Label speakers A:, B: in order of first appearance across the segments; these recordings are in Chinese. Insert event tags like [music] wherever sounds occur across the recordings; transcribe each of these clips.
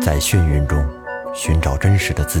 A: 在眩晕中寻找真实的自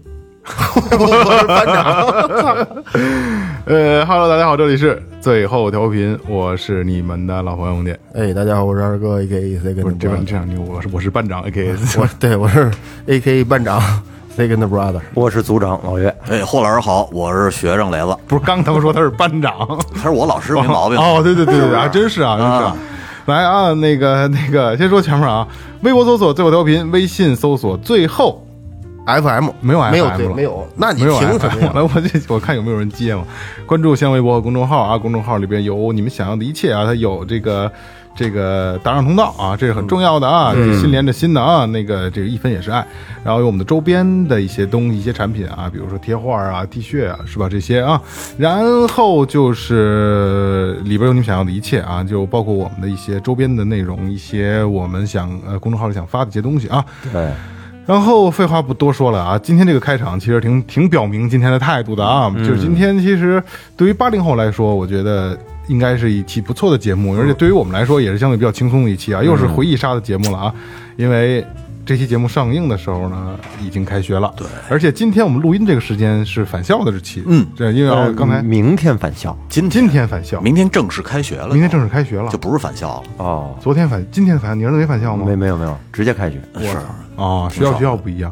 B: 呃哈喽，大家好，这里是最后调频，我是你们的老朋友红点。
C: 哎，大家好，我是二哥 A K E C 跟
B: 不
C: 的
B: 是这
C: brother，
B: 这样，你我是我是班长 A K
C: 我对我是 A K E 班长 C 跟的 brother，
A: 我是组长老岳，
D: 哎，霍老师好，我是学生雷子，
B: 不是刚他们说他是班长，
D: 他是我老师，没毛病。
B: 哦，对对对对对，啊，真是啊，真是啊。来啊，那个那个，先说前面啊，微博搜索最后调频，微信搜索最后
C: FM
B: 没有 FM
C: 没有对
B: 了
C: 没有，那你
B: 没有
C: 凭什
B: FM
C: 么呀？
B: [laughs] 了，我这我看有没有人接嘛？关注新浪微博和公众号啊，公众号里边有你们想要的一切啊，它有这个这个打赏通道啊，这是很重要的
C: 嗯
B: 啊，这心连着心的啊，那个这个一分也是爱，然后有我们的周边的一些东西一些产品啊，比如说贴画啊、T 恤啊，是吧？这些啊，然后就是里边有你们想要的一切啊，就包括我们的一些周边的内容，一些我们想呃公众号里想发的一些东西啊，
A: 对，
B: 然后废话不多说了啊，今天这个开场其实挺挺表明今天的态度的啊，就是今天其实对于八零后来说，我觉得应该是一期不错的节目，而且对于我们来说也是相对比较轻松的一期啊，又是回忆杀的节目了啊，因为这期节目上映的时候呢，已经开学了，对，而且今天我们录音这个时间是返校的日期，嗯，这因为啊刚才
A: 明天返校
D: 今
B: 今天返校，
D: 明天正式开学了，
B: 明天正式开学了
D: 就，不是返校了。
A: 哦，
B: 昨天返，今天返，你儿子没返校吗？
A: 没没有没有，直接开学。
D: 是，
B: 啊，学校学校不一样。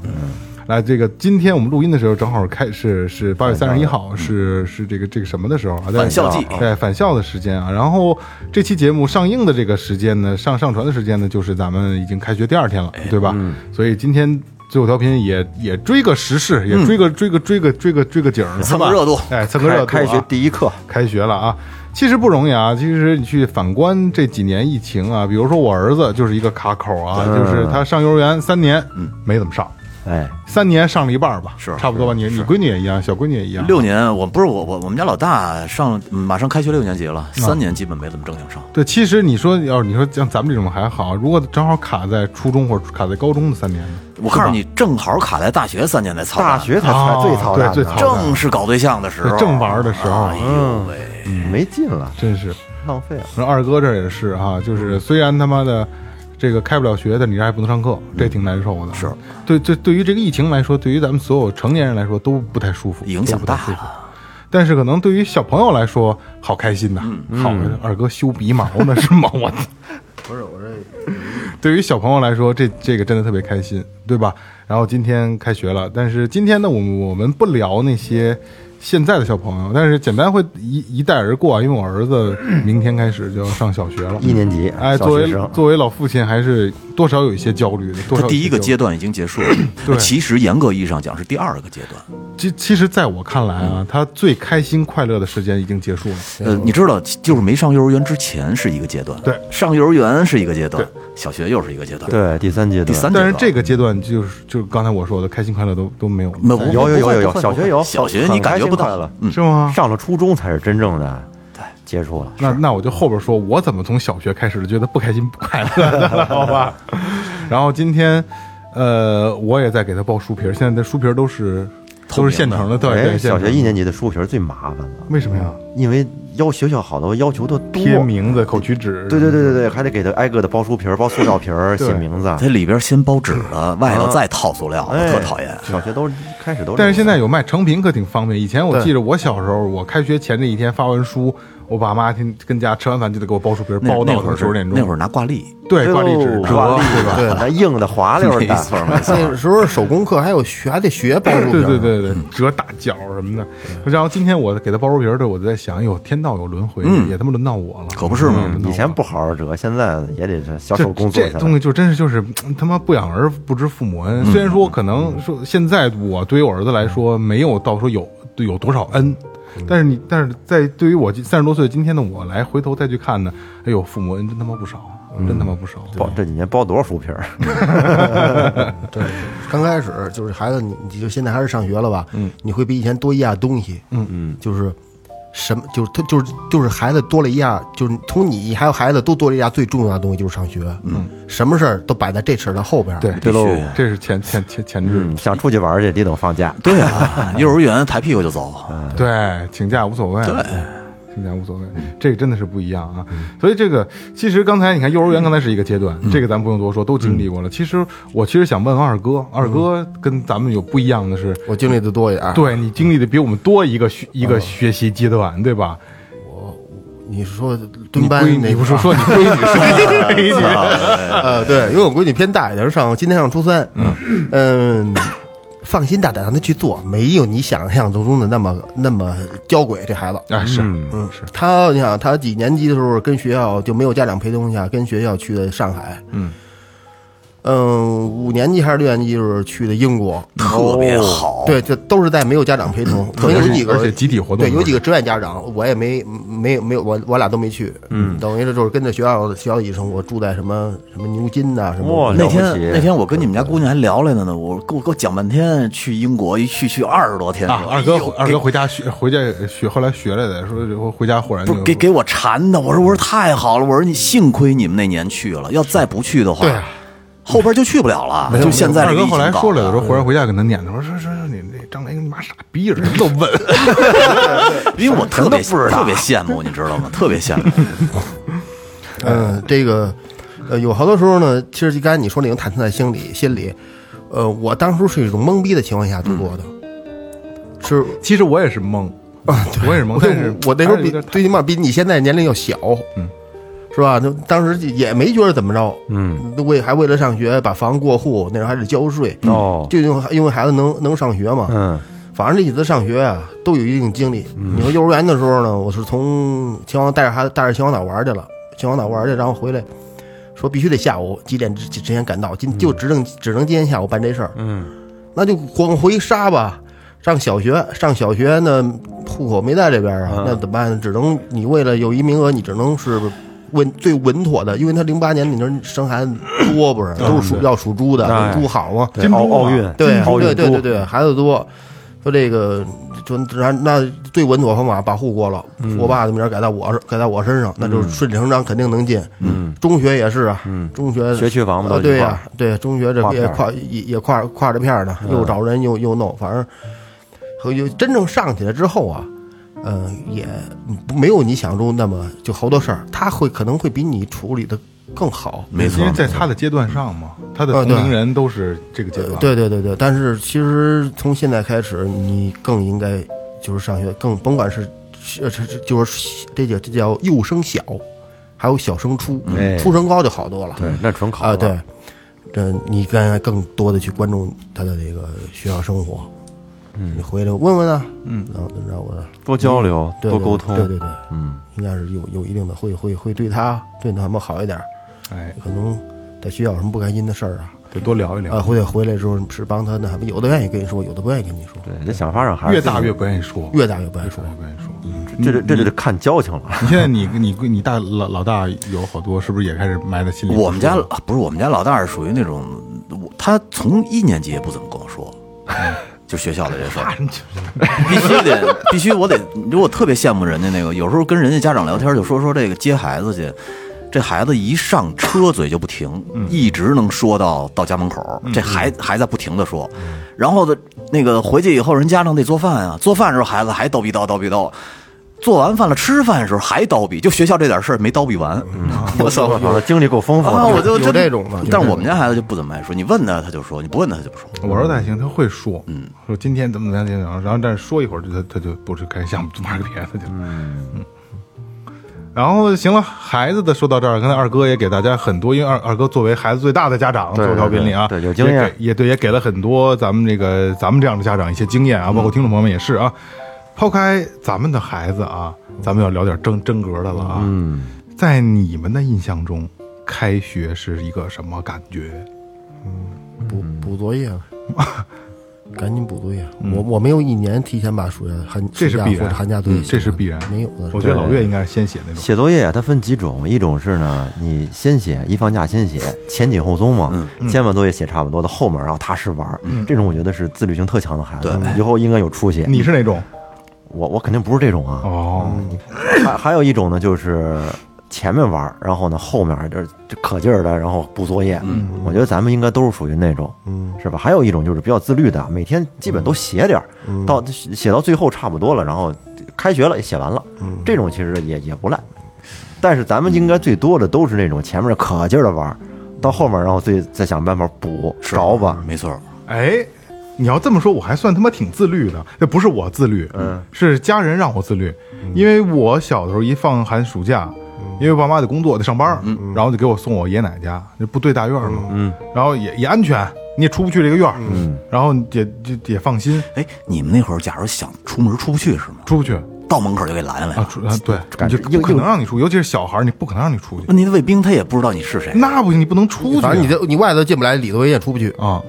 B: 来，这个今天我们录音的时候，正好开是是八月三十一号，是是这个这个什么的时候啊？在
D: 返校季
B: 对返校的时间啊。然后这期节目上映的这个时间呢，上上传的时间呢，就是咱们已经开学第二天
A: 哎
B: 了，对吧？
A: 嗯
B: 所以今天最后调频也也追个时事，
A: 嗯
B: 也追个追个追个追个追个景儿，
D: 蹭个热度
B: 哎，蹭个热度啊。
A: 开学第一课，
B: 开学了啊，其实不容易啊。其实你去反观这几年疫情啊，比如说我儿子就是一个卡口啊，就是他上幼儿园三年，嗯，没怎么上，
A: 哎，
B: 三年上了一半吧，
D: 是
B: 差不多吧。你你闺女也一样，小闺女也一样。
D: 六年，我不是我我我们家老大上嗯马上开学六年级了，
B: 哦
D: 三年基本没怎么正经上。
B: 对，其实你说要是你说像咱们这种还好，如果正好卡在初中或者卡在高中的三年呢，
D: 我告诉你，正好卡在大学三年那操蛋
A: 大学才才
B: 哦
A: 最操蛋的，
B: 对最操蛋
D: 正是搞对象的时候，
B: 正玩的时候嗯
D: 哎呦喂，
A: 没劲了，
B: 真是。
A: 浪费了。嗯
B: 然后二哥这也是哈、就是虽然他妈的这个开不了学，但你这还不能上课，
A: 嗯
B: 这挺难受的。
D: 是，
B: 对对，对于这个疫情来说，对于咱们所有成年人来说都不太舒服，
D: 影响
B: 都不太
D: 大
B: 舒服。
D: 了。
B: 但是可能对于小朋友来说，好开心呐、
D: 嗯
B: 好，
A: 嗯
B: 二哥修鼻毛呢是吗？我操！
C: 不是我这
B: 对于小朋友来说，这这个真的特别开心，对吧？然后今天开学了，但是今天呢，我们我们不聊那些现在的小朋友，但是简单会一一带而过啊，因为我儿子明天开始就要上小学了，
A: 一年级，啊
B: 哎，
A: 小
B: 作
A: 学
B: 为
A: 生，
B: 作为老父亲，还是多少有一些焦虑的。多
D: 他
B: 少
D: 第一个阶
B: 段，
D: 段已经结束了，
B: 对
D: 其实严格意义上讲是第二个阶段。
B: 其其实在我看来啊，他最开心快乐的时间已经结束了。
D: 呃，你知道，就是没上幼儿园之前是一个阶段，
B: 对
D: 上幼儿园是一个阶段，小学又是一个阶段，，
A: 对第三阶段，
D: 第三阶
B: 但
D: 段
B: 是这个阶段就是就是刚才我说的开心快乐都都没有，
D: 没有
A: 有有有有有，
C: 不会不会
A: 小学有，
D: 小学
A: 很
D: 你感觉不
A: 很开
D: 到
A: 心快乐，
D: 嗯
B: 是吗？
A: 上了初中才是真正的接触了。
B: 那那我就后边说，我怎么从小学开始就觉得不开心不快乐的了， [laughs] 好吧？然后今天，呃，我也在给他包书皮儿，现在的书皮儿都是
D: 透明的
B: 都是现成的，对，
A: 哎，
B: 对现
A: 小
B: 成的
A: 学一年级的书皮儿最麻烦了，
B: 为什么呀？
A: 因为要学校好多要求的多，
B: 贴名字、口取纸，
A: 嗯对对对对对，还得给他挨个的包书皮儿、包塑料皮儿、
B: 对
A: 写名字。啊
D: 它里边先包纸的，
B: 嗯
D: 外头再套塑料，
A: 哎
D: 的，特讨厌。
A: 小学都开始都这样，
B: 但是现在有卖成品，可挺方便。以前我记着，我小时候，我开学前这一天发完书，我爸妈天跟家吃完饭就得给我包书皮儿，
D: 那
B: 包
D: 那
B: 到
D: 会儿
B: 九十点
D: 是
B: 钟。
D: 那会儿拿挂历，
B: 对挂历纸，
A: 哎呦挂历
B: 对吧？
A: 对，那硬的滑
B: [laughs]
A: 溜的，
D: 没错
B: 嗯
D: 没错。
C: [laughs] 那时候手工课还有学还得学包
B: 对对对对，折大角什么的。然后今天我给他包书皮儿，对我就在想，哟，天道有轮回，也他妈轮到我了，
D: 可不是嘛
B: 嗯轮到
A: 以
B: 我
A: 前不好好折，现在也得是小手工作
B: 这
A: 下
B: 这
A: 来
B: 东。西就真是就是嗯他妈不养儿不知父母恩。虽然说可能说现在我对于我儿子来说没有到说有有多少恩，但是你但是在对于我三十多岁今天的我来回头再去看呢，哎呦，父母恩真他妈不少。真他妈不少。
A: 包这几年包多少浮皮儿？
C: 对，刚开始就是孩子，你你就现在还是上学了吧？嗯，你会比以前多一样东西。嗯嗯，就是什么，就是他就是就是孩子多了一样，就是从你还有孩子都多了一样最重要的东西，就是上学。嗯，什么事儿都摆在这事儿的后边。
B: 对，，
A: 对喽，
B: 这是前前前前置。
A: 嗯，想出去玩去，得等放假。
D: 对
B: [laughs]
D: 啊，幼儿园抬屁股就走，
B: 嗯对，请假无所谓。
D: 对，
B: 请假无所谓，这个真的是不一样啊。所以这个其实刚才你看幼儿园刚才是一个阶段，这个咱不用多说，都经历过了。其实我其实想问问二哥，二哥跟咱们有不一样的是，
C: 我经历的多一点。，
B: 对你经历的比我们多一个学一个学习阶段，对吧？
C: 你是说
B: 你
C: 蹲班
B: 闺
C: 那
B: 你
C: 个
B: 不是
C: 啊
B: 说你闺女说你闺女
C: 呃，对，因为我闺女偏大一点，上今天上初三，嗯放心大胆让她去做，没有你想象中的那么那么娇鬼。这孩子，
B: 啊是
C: 嗯，是她，你想她几年级的时候跟学校就没有家长陪同下，跟学校去的上海，
B: 嗯
C: 嗯，五年级还是六年级的时候去的英国，
D: 特别好。
C: 对，这都是在没有家长陪同，可能
B: 而
C: 有
B: 且
C: 几个
B: 而且集体活动
C: 对，有几
B: 个
C: 个志愿家长，我也没没有没有，我我俩都没去，嗯，等于是就是跟着学校的学校医生，我住在什么什么牛津呐、什么
A: 哇
D: 那
A: 了不起
D: 天那天我跟你们家姑娘还聊来了呢，我给我给我讲半天，去英国一去去二十多天，
B: 啊
D: 是吧
B: 二哥
D: 哎呦
B: 二哥回家学回家学后来学来的，说回家忽然
D: 不
B: 就是
D: 给给我馋的，我说我说太好了，我说你幸亏你们那年去了，要再不去的话，
B: 对啊
D: 后边就去不了了。就现在
B: 二
D: 这个
B: 哥
D: 疫情
B: 后来
D: 搞
B: 说了，
D: 的
B: 说回来回家跟他念叨，说说说说你那张雷你妈傻逼似的，都问。
D: 因为我特别特别羡慕，你知道吗？特别羡慕。
C: 嗯，这个，呃，有好多时候呢，其实就刚才你说那种忐忑在心里，心里，呃，我当初是一种懵逼的情况下度过的，是，
B: 其实我也是懵，啊我也是懵，但是
C: 我那时候
B: 还是
C: 比
B: 有点
C: 最起码比你现在年龄要小，嗯，是吧？就当时也没觉得怎么着，嗯，为还为了上学把房过户，那时候还得交税，
A: 哦
B: 嗯
C: 就因为因为孩子能能上学嘛，
A: 嗯，
C: 反正这几次上学啊，都有一定经历。你说幼儿园的时候呢，我是从秦皇带着孩子带着秦皇岛玩去了，秦皇岛玩去，然后回来，说必须得下午几点之之前赶到，今就只能只能今天下午办这事儿。嗯，那就光回沙吧。上小学，上小学呢，户口没在这边啊，那怎么办？只能你为了有一名额，你只能是稳最稳妥的，因为他零八年你那生孩子多不是，都是属要属猪的，
A: 哎
C: 猪好嘛。
A: 对
B: 金
A: 奥
B: 猪啊
A: 奥运，
C: 对
A: 奥
C: 对
A: 运
C: 对
A: 珠
C: 对对，孩子多，说这个就然那最稳妥方法把户过了，
A: 嗯
C: 我爸的名儿改在我改在我身上，那就是顺理成章肯定能进。嗯，中学也是啊，中学
A: 嗯学区房嘛
C: 呃
A: 都一
C: 对
A: 块儿
C: 呀，对中学这
A: 跨片
C: 也
A: 儿嗯
C: 跨也也跨跨着片儿呢，又找人又又弄，反正和又真正上起来之后啊。呃，也不没有你想中那么就好多事儿，他会可能会比你处理的更好，
D: [laughs] 没错
B: 因为，在他的阶段上嘛，他的
C: 呃
B: 同
C: 对
B: 龄人都是这个阶段。
C: 对对对对，但是其实从现在开始，你更应该就是上学，更甭管是呃是是是就是这叫这叫幼升小，还有小升初
A: 哎，
C: 初升高就好多了。
A: 对，嗯那纯考
C: 啊，
A: 了
C: 对，这你应该更多的去关注他的这个学校生活。嗯，你回来问问啊，嗯，然后怎么着我
A: 多交流，
C: 对
A: 多沟通，
C: 对对对，
A: 嗯，
C: 应该是有有一定的会会会对他对他们好一点儿，
B: 哎，
C: 可能在学校有什么不开心的事儿啊，
B: 得多聊一
C: 啊，
B: 聊。
C: 回来回来之后是帮他那什么，有的愿意跟你说，有的不愿意跟你说，
A: 对，得想法让孩子
B: 越大越不愿意说，
C: 越大越不爱说
B: 越。不愿意说。
A: 这就这就得看交情了。
B: 你现在你你你大老老大有好多，是不是也开始埋在心里？
D: 我们家啊不是我们家老大是属于那种，我他从一年级也不怎么跟我 [laughs] 说，就学校的这事儿，必须得必须我得，如果特别羡慕人家那个，有时候跟人家家长聊天就说说这个接孩子去。这孩子一上车嘴就不停，
C: 嗯
D: 一直能说到到家门口，这还还在不停的说。
C: 嗯
D: 然后呢，那个回去以后，人家长得做饭啊，做饭的时候孩子还叨逼叨叨逼叨，做完饭了吃饭的时候还叨逼，就学校这点事儿没叨逼完。 [laughs] 我操！
A: 我操，经历够丰富
D: 啊，
A: 了。
D: 我就
C: 嗯有
D: 真
C: 这种的有
D: 但
C: 这
D: 我们家孩子就不怎么爱说，你问他他就说，你不问他他就不说。
B: 我儿子还行，他会说，嗯，说今天怎么怎么样，怎么样，然后但是说一会儿，他他就不是开始想玩个别的去了，嗯然后行了，孩子的说到这儿，刚才二哥也给大家很多，因为二二哥作为孩子最大的家长，
A: 对
B: 做调频里啊，
A: 对对有经验
B: 也给也对，也给了很多咱们这个咱们这样的家长一些经验啊，
A: 嗯
B: 包括听众朋友们也是啊。抛开咱们的孩子啊，咱们要聊点真真格的了啊。嗯，在你们的印象中，开学是一个什么感觉？ [laughs]
C: 补补作业呗，赶紧补作业。我我没有一年提前把暑假寒
B: 嗯这是
C: 暑假
B: 必
C: 或
B: 然
C: 者寒假作业
B: 嗯
C: 写完，
B: 这是必然
C: 没有的。
B: 我觉得老岳应该是先写那种，
A: 写作业啊，它分几种，一种是呢，你先写，一放假先写，前紧后松嘛，
D: 嗯
A: 先把作业写差不多的，后面然后踏实玩儿。这种我觉得是自律性特强的孩子，以后应该有出息。
B: 你是哪种？
A: 我我肯定不是这种啊。
C: 嗯
B: 哦，
A: 还还有一种呢，就是前面玩儿，然后呢后面就是就可劲儿的，然后补作业。嗯，我觉得咱们应该都是属于那种，嗯，是吧？还有一种就是比较自律的，每天基本都写点儿，到写到最后差不多了，然后开学了也写完了，这种其实也也不赖。但是咱们应该最多的都是那种前面可劲儿的玩儿，到后面然后再再想办法补着吧。
D: 没错儿，
B: 哎，你要这么说，我还算他妈挺自律的。那不是我自律，是家人让我自律。因为我小的时候一放寒暑假，
C: 嗯
B: 因为爸妈得工作得上班，然后就给我送我爷爷奶奶家，那部队大院嘛，
C: 嗯
B: 然后也也安全，你也出不去这个院儿，然后也也也放心
D: 哎，你们那会儿假如想出门出不去是吗？
B: 出不去
D: 到门口就给拦下来
B: 啊，
D: 了。
B: 出啊对，
A: 感
B: 你
A: 觉
B: 就不可能让你出，尤其是小孩儿，你不可能让你出去，
D: 问题卫兵他也不知道你是谁，
B: 那不行，你不能出去啊，
C: 反正你这你外头进不来，里头也出不去，
B: 啊，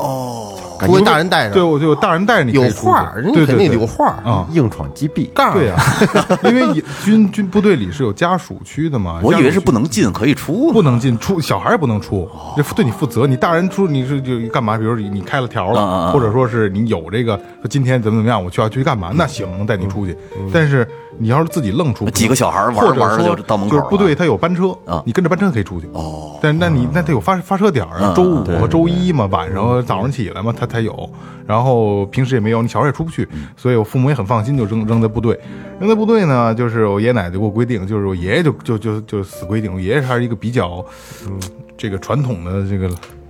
C: 除非大人带
B: 对，
C: 着。
B: 我就有大人带着你
C: 有
B: 可以出去
C: 画儿，人
B: 对
C: 家肯
B: 对
C: 定
B: 对
C: 有画儿
B: 啊，
A: 硬闯击毙，
C: 杠儿
B: 对呀、啊 [laughs] 因为也军军部队里是有家属区的嘛，
D: 我以为
B: 家属
D: 是
B: 区
D: 不能进可以出
B: 不能进出，小孩也不能出，
C: 哦
B: 这对你负责。你大人出你是就干嘛？比如你开了条
C: 嗯
D: 啊啊
B: 了，
D: 啊
B: 或者说是你有这个说今天怎么怎么样，我需要去干嘛？那行，能带你出去。
C: 嗯
B: 但是你要是自己愣出，
D: 几个小孩玩
B: 或者
D: 玩着
B: 说
D: 就到门口
B: 就是部队
D: 了
B: 他有班车
D: 啊
B: 你跟着班车可以出去。
D: 哦，嗯
B: 但那你那得有发发车点儿啊，周五和周一嘛，晚上和早上起来嘛，他才有。然后平时也没有，你小孩也出不去，
D: 嗯
B: 所以我父母也很放心，就扔扔在部队。扔在部队呢，就是我爷爷奶奶就给我规定，就是我爷爷就就就就死规定，我爷爷还是一个比较嗯这个传统的这个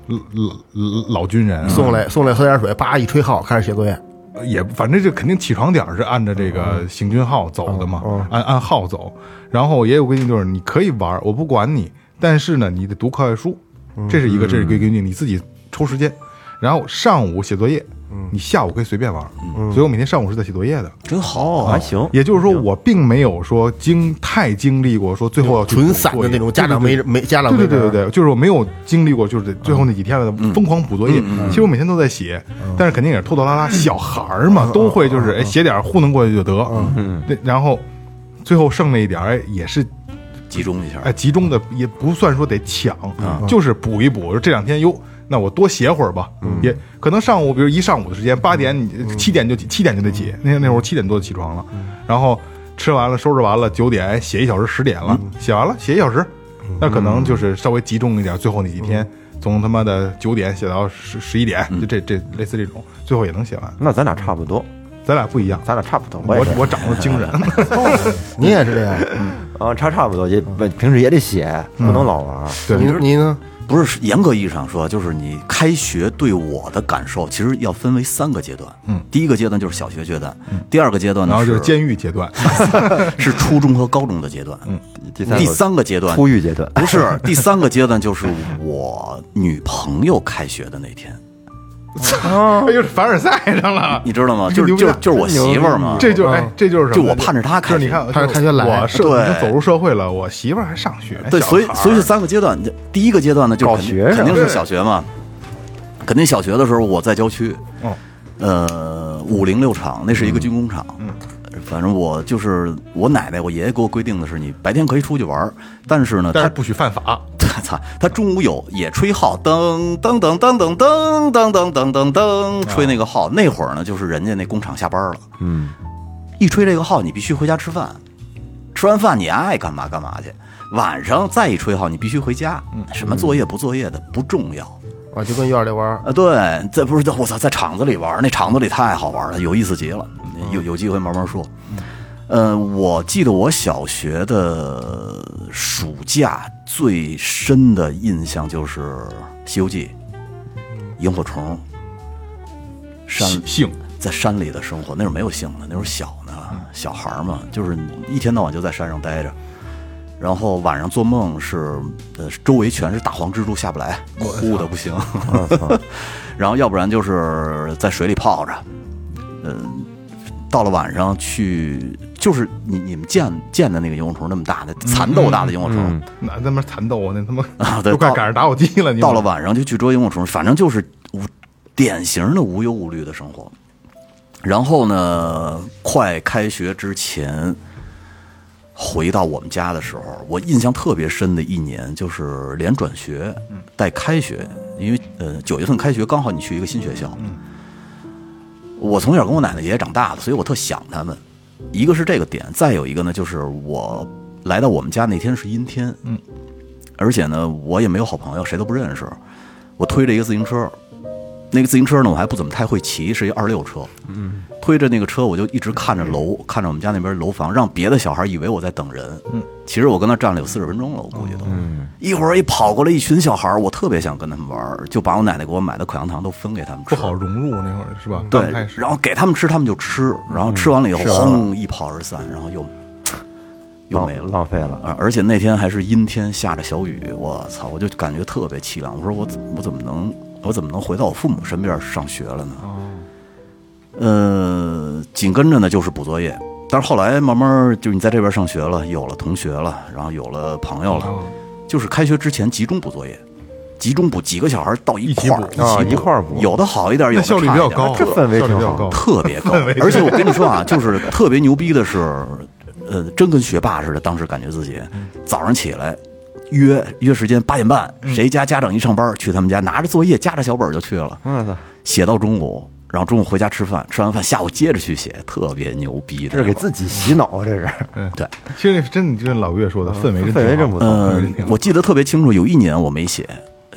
B: 老老老军人啊，
C: 送来送来喝点水，叭一吹号，开始写作业。
B: 呃也反正就肯定起床点儿是按照这
C: 哦
B: 个行军号走的嘛，按按号走。然后也有规定，就是你可以玩儿，我不管你，但是呢，你得读课外书，
C: 嗯
B: 这是一个这是一个规定，你自己抽时间。然后上午写作业，
C: 嗯
B: 你下午可以随便玩儿。所以我每天上午是在写作业的，
D: 真好
A: 还行。
C: 哦
B: 也就是说我并没有说经太经历过说最后要去
C: 纯
B: 补
C: 散
B: 哦作
C: 的
B: 业
C: 那种，家长没没家长
B: 对
C: 没
B: 对对对
C: 人
B: 对，
C: 儿
B: 就是我没有经历过，就是得最后那几天了疯狂补作业。其实我每天都在写，但是肯定也是拖拖拉拉。小孩儿嘛，都会就是哎写点儿糊弄过去就得。嗯，然后最后剩那一点儿哎也是
D: 集中一下，
B: 哎集中的，也不算说得抢，就是补一补。这两天哟，那我多写会儿吧。也可能上午，比如一上午的时间，八点你七点就起七点就得起，那那会儿七点多就起床了，然后吃完了收拾完了，九点哎写一小时，十点了，写完了写一小时，那可能就是稍微集中一点，最后那几天。从他妈的九点写到十十一点，就这这类似这种，最后也能写完。
A: 那咱俩差不多，
B: 咱俩不一样，
A: 咱俩差不多，
B: 我
A: 也是。
B: 我长得精人，
C: 你也是这样，
A: 啊，差差不多，也不平时也得写，不
D: 嗯
A: 能老玩儿。
B: 对
C: 你你呢？
D: 不是严格意义上说，就是你开学对我的感受，其实要分为三个阶段。嗯，第一个阶段就是小学阶段，第二个阶段呢
B: [laughs] 嗯然后 [laughs] 就是监狱阶段，
D: 是初中和高中的阶段，嗯，
A: 第三
D: 第
A: 第
D: 三个阶段
A: 出狱阶段，
D: 不是第三个阶段就是我女朋友开学的那天，
B: 哎呦，凡尔赛上了，
D: 你知道吗？
B: 这牛
D: 就是
B: 逼
D: 就是
B: 了
D: 就是我媳妇儿嘛，
B: 这就是哎，这就是什
D: 就
B: 么
D: 我盼着她开
B: 就是
D: 学
B: 你看，
C: 盼着她学来
B: 我社
D: 对
B: 已经走入社会了，我媳妇儿还上学，
D: 对，
B: 小
D: 所以
B: 孩儿
D: 所以是三个阶段，这第一个阶段呢，就
A: 搞
D: 肯定
A: 学生
D: 肯定
B: 对
D: 是小学嘛，肯定小学的时候我在郊区，
B: 嗯
D: 呃，五零六厂那是一个军工厂，
B: 嗯
D: 反正我就是我奶奶我爷爷给我规定的是，你白天可以出去玩儿，但是呢，
B: 但
D: 他
B: 是不许犯法，
D: 他操，他中午有也吹号，噔噔噔噔噔噔噔噔噔噔噔，吹那个号。那会儿呢，就是人家那工厂下班了，嗯，一吹这个号，你必须回家吃饭，吃完饭你爱干嘛干嘛去。晚上再一吹号，你必须回家，什么作业不作业的不重要。
C: 啊，就跟院里玩儿，
D: 啊，对，在不是在我操，在厂子里玩儿，那厂子里太好玩儿了，有意思极了，有有机会慢慢说。呃，我记得我小学的暑假最深的印象就是《西游记》，萤火虫，山
B: 性性
D: 在山里的生活，那时候没有性的，那时候小呢，小孩儿嘛，就是一天到晚就在山上待着，然后晚上做梦是，呃，周围全是大黄蜘蛛下不来，哭的不行，
B: 啊
D: [laughs] 然后要不然就是在水里泡着，呃，到了晚上去，就是你你们见见的那个萤火虫那么大的蚕豆大的萤火虫。
B: 那他妈蚕豆，那他妈
D: [laughs] 啊
B: 嗯
D: 对
B: 都快
D: 到
B: 赶上打火机了，你
D: 到了
B: 吧？
D: 晚上就去捉萤火虫，反正就是我典型的无忧无虑的生活。然后呢，快开学之前回到我们家的时候，我印象特别深的一年就是连转学带开学，因为呃九月份开学刚好你去一个新学校。
B: 嗯
D: 我从小跟我奶奶爷爷长大的，所以我特想他们。一个是这个点，再有一个呢，就是我来到我们家那天是阴天，嗯，而且呢，我也没有好朋友，谁都不认识。我推着一个自行车，那个自行车呢，我还不怎么太会骑，是一二六车，嗯，推着那个车，我就一直看着楼，看着我们家那边楼房，让别的小孩以为我在等人，嗯，其实我跟那站了有四十分钟了，我估计都，一会儿一跑过来一群小孩，我特别想跟他们玩，就把我奶奶给我买的口香糖都分给他们吃，
B: 不好融入那会儿是吧？
D: 对
B: 刚开，始嗯啊
D: 然后给他们吃，他们就吃，然后吃完了以后，轰一跑而散，然后又又
A: 浪
D: 没了。
A: 浪费了。
D: 啊！而且那天还是阴天，下着小雨，我操，我就感觉特别凄凉。我说我怎我怎么能我怎么能回到我父母身边上学了呢？
B: 哦
D: 呃，紧跟着呢就是补作业，但是后来慢慢就是你在这边上学了，有了同学了，然后有了朋友了，
B: 哦
D: 就是开学之前集中补作业，集中补几个小孩到一块儿
B: 一起
A: 补啊
D: 一起
A: 一块儿补
D: 有的好一点，有
B: 那
D: 的
B: 效率
D: 差
B: 比
D: 一
B: 较
D: 点
B: 高，啊
A: 这氛围
B: 效率比
A: 挺
B: 较
A: 好
B: 高，
D: [laughs] 特别高。而且我跟你说啊， [laughs] 就是特别牛逼的是，呃，真跟学霸似的。当时感觉自己早上起来约约时间八点半，谁家家长一上班去他们家，拿着作业夹着小本儿就去了，
A: 我操，
D: 写到中午，然后中午回家吃饭，吃完饭下午接着去写，特别牛逼
A: 这
D: 的。
A: 是给自己洗脑啊！这是
D: 对，
B: 其实真的就是老岳说的氛围真
A: 氛围
B: 挺
A: 真
B: 好
A: 不错。
D: 嗯，我记得特别清楚，有一年我没写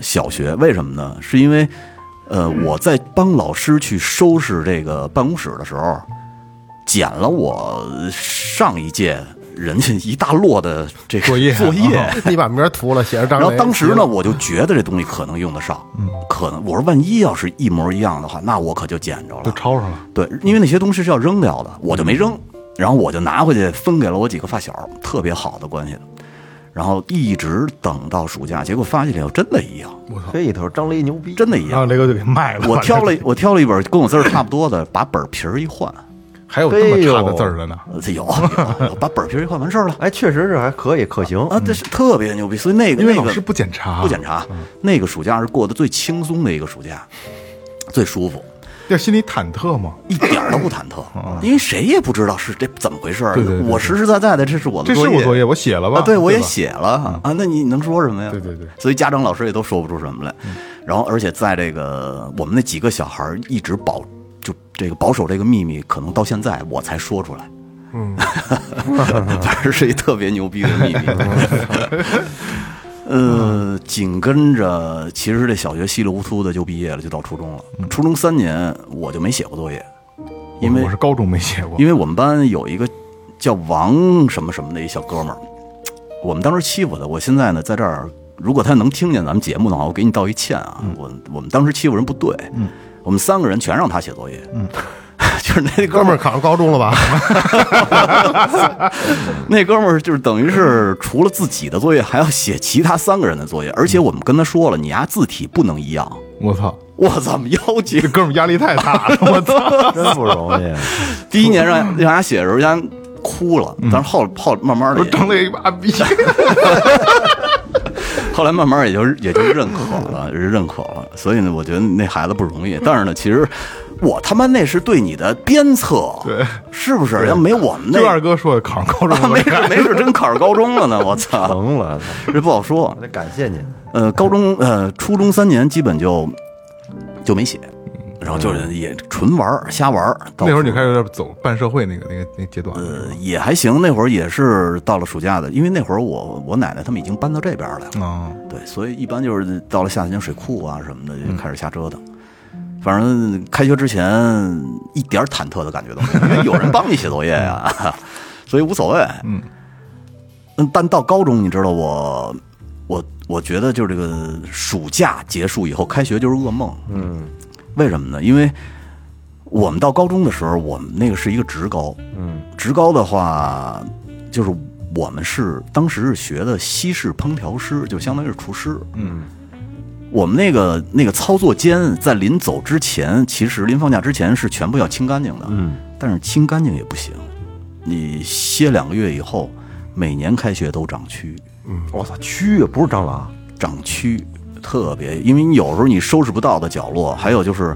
D: 小学，为什么呢？是因为，呃，我在帮老师去收拾这个办公室的时候，捡了我上一届人家一大摞的这个
B: 作业啊
D: 作业。
C: 你把名儿涂了，写着张
D: 然
C: 磊。
D: 后当时呢，我就觉得这东西可能用得上，
B: 嗯
D: 可能我说万一要是一模一样的话，那我可就捡着
B: 都
D: 了。
B: 抄上了，
D: 对，因为那些东西是要扔掉的，我就没扔，然后我就拿回去分给了我几个发小，特别好的关系，然后一直等到暑假，结果发现了真的一样，
A: 这一头张雷牛逼，
D: 嗯真的一
B: 然
D: 样
B: 后。雷哥就给卖了。
D: 我挑了，我挑了一本跟我字儿差不多的，把本儿皮儿一换，
B: [laughs] 还有这么差的字儿了呢，
D: 呃这有有有把本儿皮儿一换完事儿了
A: 哎，确实是还可以，可行。
D: 啊，这是特别牛逼。所以那个
B: 因为
D: 那
B: 老
D: 个
B: 师不啊检查，
D: 不检，查，那个暑假是过得最轻松的一个暑假，最舒服。
B: 要心里忐忑嘛。
D: 一点儿都不忐忑，因为谁也不知道是这怎么回事儿。
B: 啊对对对对
D: 我实实在在的，这是我的
B: 这是我作业，我写了吧？
D: 哦啊，对，我也
B: 吧。嗯
D: 写了啊，那你能说什么呀？
B: 对对对嗯
D: 所以家长老师也都说不出什么来。然后，而且在这个我们那几个小孩儿一直保就这个保守这个秘密，可能到现在我才说出来。嗯， [laughs] 反正是一特别牛逼的秘密。
B: [laughs]
D: 呃，紧跟着，其实这小学稀里糊涂的就毕业了，就到初中了。初中三年我就没写过作业，因为
B: 嗯我是高中没写过，
D: 因为我们班有一个叫王什么什么的一小哥们儿，我们当时欺负他。我现在呢，在这儿，如果他能听见咱们节目的话，我给你道一歉啊。我我们当时欺负人不对，我们三个人全让他写作业， [laughs] 就是嗯那
C: 哥
D: 哥
C: 们
D: 们
C: 儿
D: 儿，
C: 考上高中了吧？
D: 那哥们儿就是等于是除了自己的作业，还要写其他三个人的作业，而且我们跟他说了，你丫字体不能一样。
B: [laughs] 我操，
D: 我怎么要求 [laughs]
B: 这？哥们儿压力太大了，我操！
A: 真不容易。
D: 第一年让让人家写的时候，人家哭了，但嗯是后后慢慢的
B: 我张磊妈逼，
D: 后来慢慢也就也就认可了，认可了。所以呢，我觉得那孩子不容
B: 嗯
D: 易。但是呢，其实我他妈那是对你的鞭策，
B: 对，
D: 是不是？要没我们
B: 就二
D: 那。啊
B: 哥说考上高中
D: 没
B: 了，
D: 事没事，真考上高中
B: [laughs]
D: 了呢！我操，
A: 疼了，
D: 这不好说
A: 我。得感谢您。
D: 呃，高中呃，初中三年基本就就没写，然后就是也纯玩儿瞎玩儿。到
B: 那会儿你
D: 处
B: 开始有点走半社会那个那个那阶段，
D: 呃也还行，那会儿也是到了暑假的，因为那会儿我我奶奶他们已经搬到这边来了。
B: 啊，
D: 对，所以一般就是到了下三江水库啊什么的，就开始瞎折腾。反正开学之前一点儿忐忑的感觉都没有，因为有人帮你写作业呀、 [laughs] 所以无所谓。嗯，但到高中，你知道我，我我觉得就是这个暑假结束以后，开学就是噩梦。嗯，为什么呢？因为我们到高中的时候，我们那个是一个职高。嗯，职高的话，就是我们是当时是学的西式烹调师，就相当于是厨师。嗯，我们那个那个操作间在临走之前，其实临放假之前是全部要清干净的。嗯，但是清干净也不行，你歇两个月以后，每年开学都长蛆，
A: 我操，蛆也不是蟑螂，
D: 长蛆。特别，因为你有时候你收拾不到的角落，还有就是，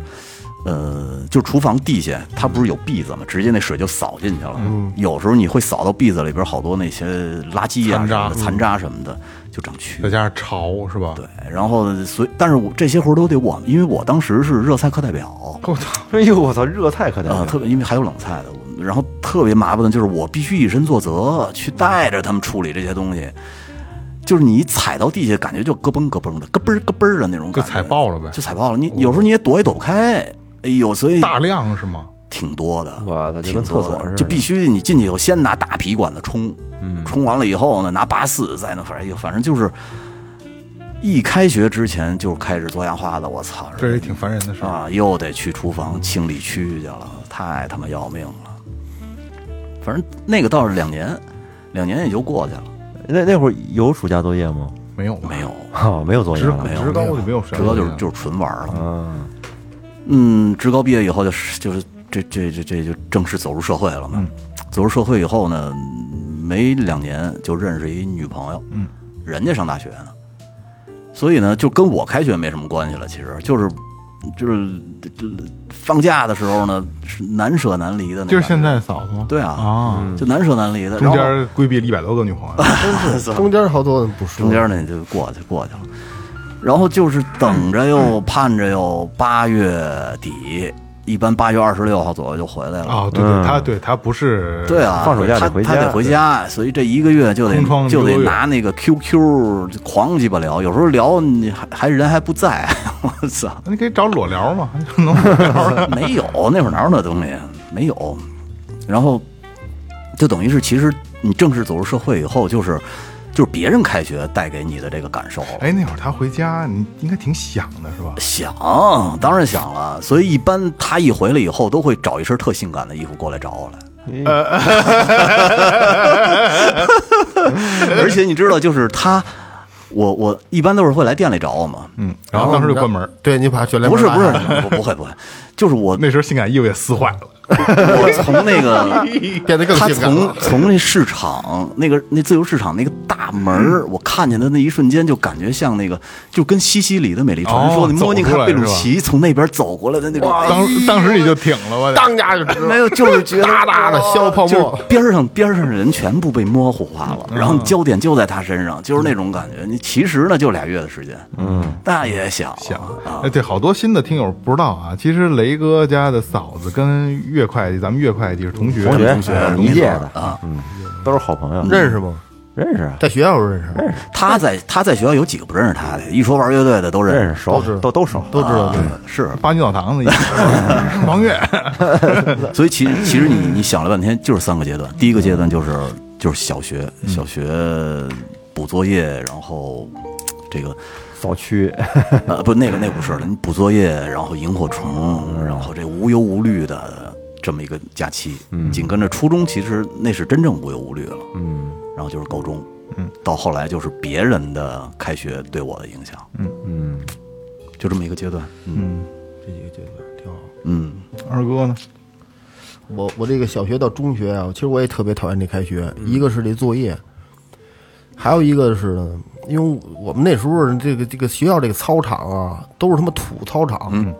D: 呃，就厨房地下它不是有篦子嘛，直接那水就扫进去了。有时候你会扫到篦子里边好多那些垃圾
B: 残渣
D: 呀、什么的残渣嗯什么的，就长蛆
B: 再。加上潮是吧？
D: 对，然后所以，但是我这些活儿都得我，因为我当时是热菜课代表，
B: 我操，
A: 哎呦，我操，热菜可得
B: 嗯
D: 啊，
A: 了
D: 特别因为还有冷菜的，我然后特别麻烦的就是我必须以身作则，去带着他们处理这些东西。就是你一踩到地下，感觉就咯嘣咯嘣的，咯嘣儿咯嘣儿的那种
B: 就
D: 感觉，
B: 踩爆了呗
D: 就踩爆了。你有时候你也躲也躲不开，哎呦，所以
B: 大量是吗？
D: 挺多的，
A: 我操就
D: 挺
A: 跟
D: 多
A: 厕所
D: 的
A: 似的
D: 就必须你进去以后先拿大皮管子冲，
B: 嗯
D: 冲完了以后呢，拿八四在那反正哎反正就是一开学之前就开始做样花的，我操，
B: 这也挺烦人的事儿。
D: 啊，又得去厨房清理区域去了，太他妈要命了。反正那个倒是两年，两年也就过去了，
A: 那那会儿有暑假作业吗？
B: 没有吧
D: 没有，
A: 啊，没有作业
B: 职
A: 了。
D: 没有
B: 职高就没有啥
D: 职高就是
B: 作业
D: 就是纯玩了。
A: 嗯，
D: 嗯，职高毕业以后就是就是这这这这就正式走入社会了嘛。
B: 嗯
D: 走入社会以后呢，没两年就认识一女朋友，嗯，人家上大学呢，所以呢就跟我开学没什么关系了。其实就是就是这这放假的时候呢是难舍难离的那感觉，
B: 就是现在嫂子吗？
D: 对啊
B: 啊，
D: 就难舍难离的。
B: 中
D: 然后
B: 间规避了一百多个女朋友，
D: 啊
C: 中间好多不说，
D: 中间呢就过去过去了，然后就是等着又盼着又八月底，一般八月二十六号左右就回来了。
B: 啊，对对，他对他不是
D: 嗯对啊，
A: 哦放暑假
D: 他
A: 得回
D: 他
A: 家
D: 得回家，所以这一个月就得
B: 空窗
D: 就
B: 六
D: 得
B: 个月
D: 拿那个 QQ 就狂鸡巴聊，有时候聊你还还人还不在， [laughs] 我操！
A: [laughs]
B: 那你可以找裸聊嘛，能裸聊了
D: 没有，那会儿哪有那东西，没有。然后就等于是，其实你正式走入社会以后，就是就是别人开学带给你的这个感受了。
B: 哎，那会儿他回家，你应该挺想的是吧？
D: 想，当然想了。所以一般他一回来以后，都会找一身特性感的衣服过来找我来。
B: 呃
D: [laughs] 而且你知道，就是他，我我一般都是会来店里找我嘛。
B: 嗯，然后当时就关门，
C: 对你把卷帘
D: 不
C: 门
D: 是
C: 拉
D: 不是
C: 上，
D: 不不会不会，就是我
B: 那时候性感衣服也撕坏了，
D: 我从那个
B: [laughs]
C: 变得更
D: 他
C: 性感
D: 从
C: 了。
D: 从那市场那个那自由市场那个大门儿，
B: 嗯
D: 我看见的那一瞬间，就感觉像那个，就跟西西里的美丽传说，
B: 哦
D: 你莫妮
B: 走
D: 卡
B: 出来
D: 贝鲁
B: 是吧
D: 奇从那边走过来的那种，哎
B: 当当时你就挺了吧？
C: 当家就知道
D: 没有，就是觉得
C: 大大的削泡
D: 就是
C: 沫，
D: 边上边上的人全部被模糊化了，然后你焦点就在他身上，就是那种感觉。你其实呢，就俩月的时间，嗯，大也小
B: 想
D: 啊，
B: 哎，对，好多新的听友不知道啊，其实雷哥家的嫂子跟岳会计，咱们岳会计是同学，
A: 同学
D: 同学
A: 哎
D: 没
A: 一
D: 错
A: 届的
D: 啊，
A: 嗯，都是好朋友，
C: 认识吗？
A: 认识啊，
C: 在学校时候认识，
D: 他在他在学校有几个不认识他的？一说玩乐队的都认
A: 认
D: 识，
A: 识熟，都都熟，
C: 都知道
D: 啊
C: 这个。
D: 是
B: 八斤澡堂子一起，
D: [laughs]
B: 王岳，
D: 所以其实其实你你想了半天，就是三个阶段。第一个阶段就是就是小学，小学补作业，然后这个
A: 扫区，哎
D: 呃不那个那个不是了，你补作业，然后萤火虫，然后这无忧无虑的这么一个假期。紧跟着初中，其实那是真正无忧无虑了。
A: 嗯
D: 然后就是高中，嗯，到后来就是别人的开学对我的影响，
A: 嗯，
D: 就这么一个阶段。嗯
B: 嗯，
C: 这几个阶段挺好。
D: 嗯
B: 二哥呢？
C: 我我这个小学到中学啊，其实我也特别讨厌这开学，
D: 嗯
C: 一个是这作业，还有一个是呢，因为我们那时候这个这个学校这个操场啊，都是他妈土操场。
D: 嗯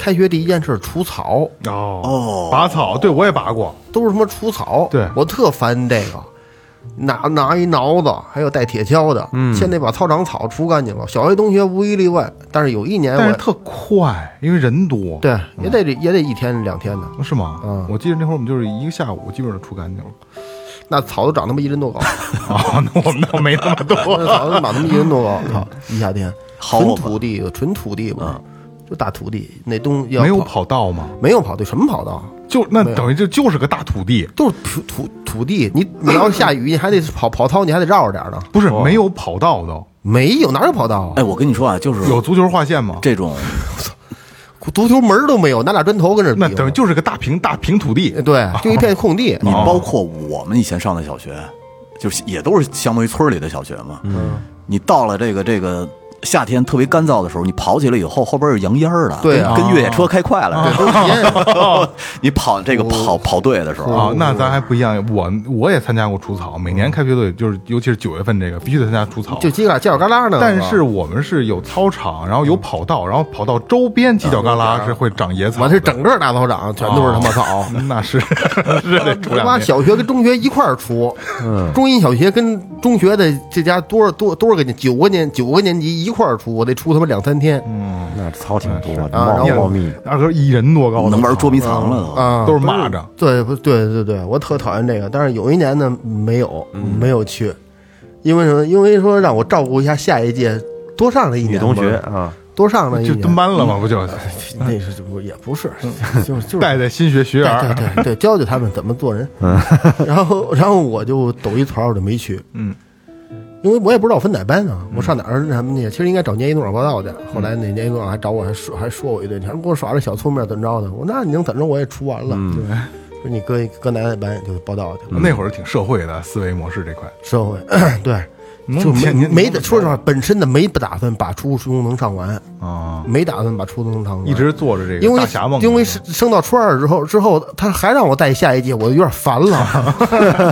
C: 开学第一件事除草，
B: 哦拔草，对我也拔过，
C: 都是他妈除草。
B: 对
C: 我特烦这个，拿拿一挠子，还有带铁锹的，
B: 嗯
C: 先得把操场草除干净了。小学同学无一例外，但是有一年
B: 但是
C: 哎我
B: 特快，因为人多，
C: 对也得也得一天两天的，
B: 是吗？
C: 嗯
B: 我记得那会儿我们就是一个下午，基本上出干净了。 [laughs]
C: 那草都长他妈一人多高。
B: 啊，那我们倒没那么
C: 我
B: 多。
C: 这草他妈他妈一人多高，操！一夏天，
D: 薅
C: 纯
D: 吧
C: 土地，纯土地吧，就大土地，那东西要
B: 没有
C: 跑，
B: 跑道吗？
C: 没有跑对，什么跑道？
B: 就那等于就就是个大土地，
C: 都是土土土地，你你要下雨，你还得跑跑操，你还得绕着点儿呢。
B: 不是没有跑道都
C: 没有，哪有跑道
D: 哎，
C: 啊？
D: 我跟你说啊，就是
B: 有足球划线吗？
D: 这种
C: 足球门儿都没有，拿俩砖头跟这儿比
B: 那
C: 划。
B: 等于就是个大平大平土地，
C: 对，就一片空
B: [laughs]
C: 地。
D: 你包括我们以前上的小学，就是也都是相当于村里的小学嘛。嗯，你到了这个这个夏天特别干燥的时候，你跑起来以后，后边有羊烟儿了，
C: 对啊
D: 跟跟越野车开快了，
C: [laughs] 都体验
D: [laughs] 你跑这个跑
C: 哦
D: 跑队的时候，
B: 啊，那咱还不一样，我我也参加过除草，每年开学队就是，尤其是九月份这个，必须得参加除草。
C: 嗯就犄角犄角旮旯的。
B: 但是我们是有操场，然后
C: 嗯
B: 有跑道，然后跑道周边犄角旮旯是会长野草的，
C: 我是整个大操场嗯全都是他妈草，
B: 哦，那是 [laughs] 是得除
C: 他
B: 两嗯
C: 妈
B: 遍。
C: 小学跟中学一块儿出，中一小学跟中学的这家多少多多少个年九个年九个年级一块儿出，我得出他妈两三天
A: 那草挺多的，
C: 啊然
A: 茂
C: 后
A: 茂密。
B: 嗯二哥一人多高，啊
D: 能玩捉迷藏了都。
C: 啊，
B: 嗯都是蚂蚱。
C: 对，不对，对对，我特讨厌这个。但是有一年呢，没有
B: 嗯
C: 没有去，因为什么？因为说让我照顾一下下一届，多上了一
A: 女
C: 年
A: 同学
C: 嘛，
A: 啊，
C: 多上了一嗯
B: 就
C: 年
B: 蹲。班了嘛，不就
C: 那是不也不是，就是就是
B: 嗯带带新学学员
C: 对
B: 儿？
C: 对对对，教教他们怎么做人。 [laughs] 然后然后我就抖一团，我就没去。
B: 嗯，
C: 因为我也不知道我分哪班啊，我上哪儿他们去？其实应该找年级督导报道去。后
B: 嗯
C: 来那年级督导还找我，还说还说我一顿，还跟我耍着小聪明怎么着的。我说那你能怎么着？我也出完了。
B: 嗯
C: 对，说你搁搁哪哪班就报道去了。
B: 那会儿挺社会的思维模式这块，
C: 社会对，
B: 嗯
C: 就
B: 你
C: 没
B: 你
C: 没得说实话，本身的没打算把初中能上完，
B: 啊，
C: 没打算把初中能上完，
B: 一直做着这
C: 嗯因
B: 个
C: 为
B: 大侠梦。
C: 因为是升到初二之后，之后他还让我带下一届，我有点烦了，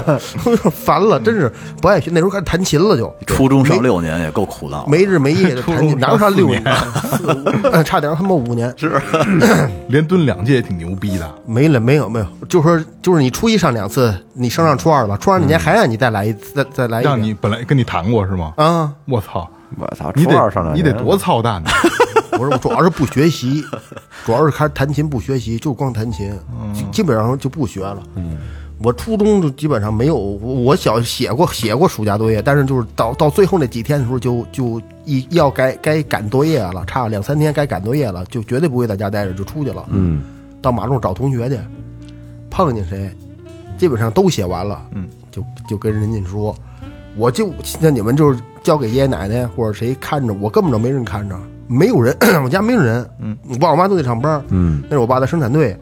C: [laughs] 我有点烦了，真是不爱学。那时候开始弹琴了就，
D: 初中上六年也够苦闹，
C: 没日没夜的
B: 嗯
C: 弹
B: 初
C: 琴，
B: 中
C: 哪有上六
B: 上四年
C: 四五呃 [laughs] 差点他妈五年，
B: 连蹲两届也挺牛逼的，
C: 没了没有没有，就说就是你初一上两次，你升上初二了，初二那年还让你再来一次，再再来一
B: 嗯让
C: 遍
B: 你本来跟你谈过是吗？
C: 哎啊。
B: 我操，
A: 我操，
B: 你
A: 初二上
B: 得
A: 两
B: 你得
A: 年
B: 多操
C: [laughs]
B: 蛋呢！
C: 不是，我主要是不学习，主要是开始弹琴不学习，就光弹琴，基基本上就不学了。我初中就基本上没有，我我小写过写过暑假作业，但是就是到到最后那几天的时候就，就一要该该赶作业了，差两三天该赶作业了，就绝对不会在家待着，就出去了，
A: 嗯，
C: 到马路找同学去，碰见谁，基本上都写完了，嗯，就就跟人家说，我就那你们就是交给爷爷奶奶或者谁看着，我根本就没人看着，没有人， [clears throat] 我家没有人，嗯，我爸我妈都得上班，嗯，那是我爸在生产队，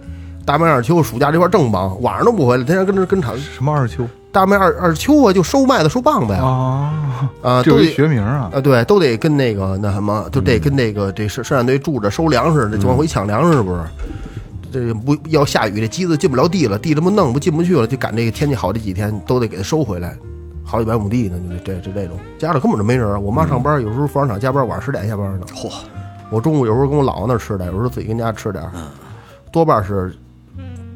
C: 大麦二秋暑假这块正忙，晚上都不回来，天天跟着跟厂
B: 什么二秋
C: 大麦二二秋啊，就收麦子收棒子呀，
B: 啊？
C: 啊，
B: 这
C: 都
B: 有一
C: 得
B: 学名啊，
C: 啊，对，都得跟那个那什么，就得跟那个这生生产队住着收粮食，这往回抢粮食不是？这不要下雨，这机子进不了地了，地这么弄不进不去了，就赶这个天气好这几天都得给它收回来，好几百亩地呢，就这这这种，家里根本就没人儿。我妈上班，有时候服装厂加班，晚上十点下班呢。
D: 嚯，
C: 我中午有时候跟我姥姥那儿吃点，有时候自己跟家吃点儿，多半是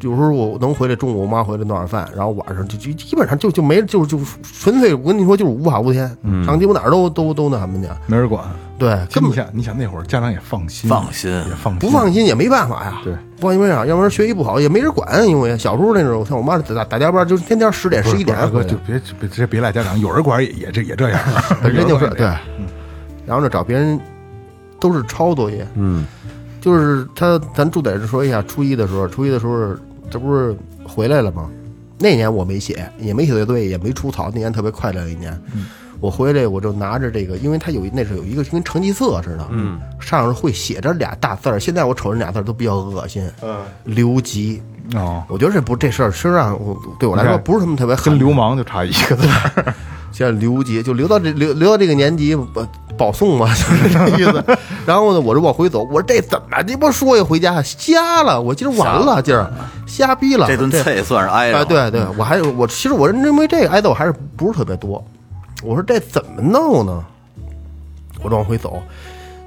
C: 有时候我能回来，中午我妈回来弄点饭，然后晚上就就基本上就就没就就纯粹我跟你说就是无法无天，
B: 嗯
C: 上鸡巴哪儿都都都那什么去，
B: 没人管。
C: 对，
B: 其实
C: 根
B: 你
C: 本
B: 想，你想那会儿家长也放心，
D: 放心
C: 啊
B: 也放心，
C: 不呃放心也没办法呀，
B: 对，
C: 不因为啥，要不然学习不好也没人管，因为小时候那种像我妈打打加班，就是天天十点
B: 不是
C: 十一点
B: 不是大
C: 回
B: 哥
C: 来
B: 就别别别别赖家长，有人管也也这也这
C: [laughs]
B: 样，
C: 本身就是
B: [laughs] 有人管也这
C: 对
B: 样，
C: 然后呢找别人都是抄作业，
A: 嗯，
C: 就是他咱住在这说一下，初一的时候，初一的时候这不是回来了吗？那年我没写，也没写对作业，也没出草，那年特别快乐的一年。
B: 嗯
C: 我回来我就拿着这个，因为他有一那是有一个跟成绩册似的，嗯，上面会写着俩大字儿，现在我瞅着俩字儿都比较恶心，嗯，留级。
B: 哦，
C: 我觉得这不这事儿，实际上我对我来
B: 你
C: 说
B: 看
C: 不是什么特别狠
B: 跟
C: 的
B: 流氓就差一个字儿，
C: [laughs] 像留级，就留到这留留到这个年级，保保送嘛， [laughs] 就是这意
D: [laughs]
C: 思。然后呢，我就往回走，我说这怎么鸡巴说呀？回家瞎了，我今儿完了，今儿瞎逼了。
D: 这顿
C: 对
D: 菜也算是挨着
C: 啊，
D: 了。
C: 对对，我还有我其实我认为这个挨揍还是不是特别多。我说这怎么弄呢？我就往回走，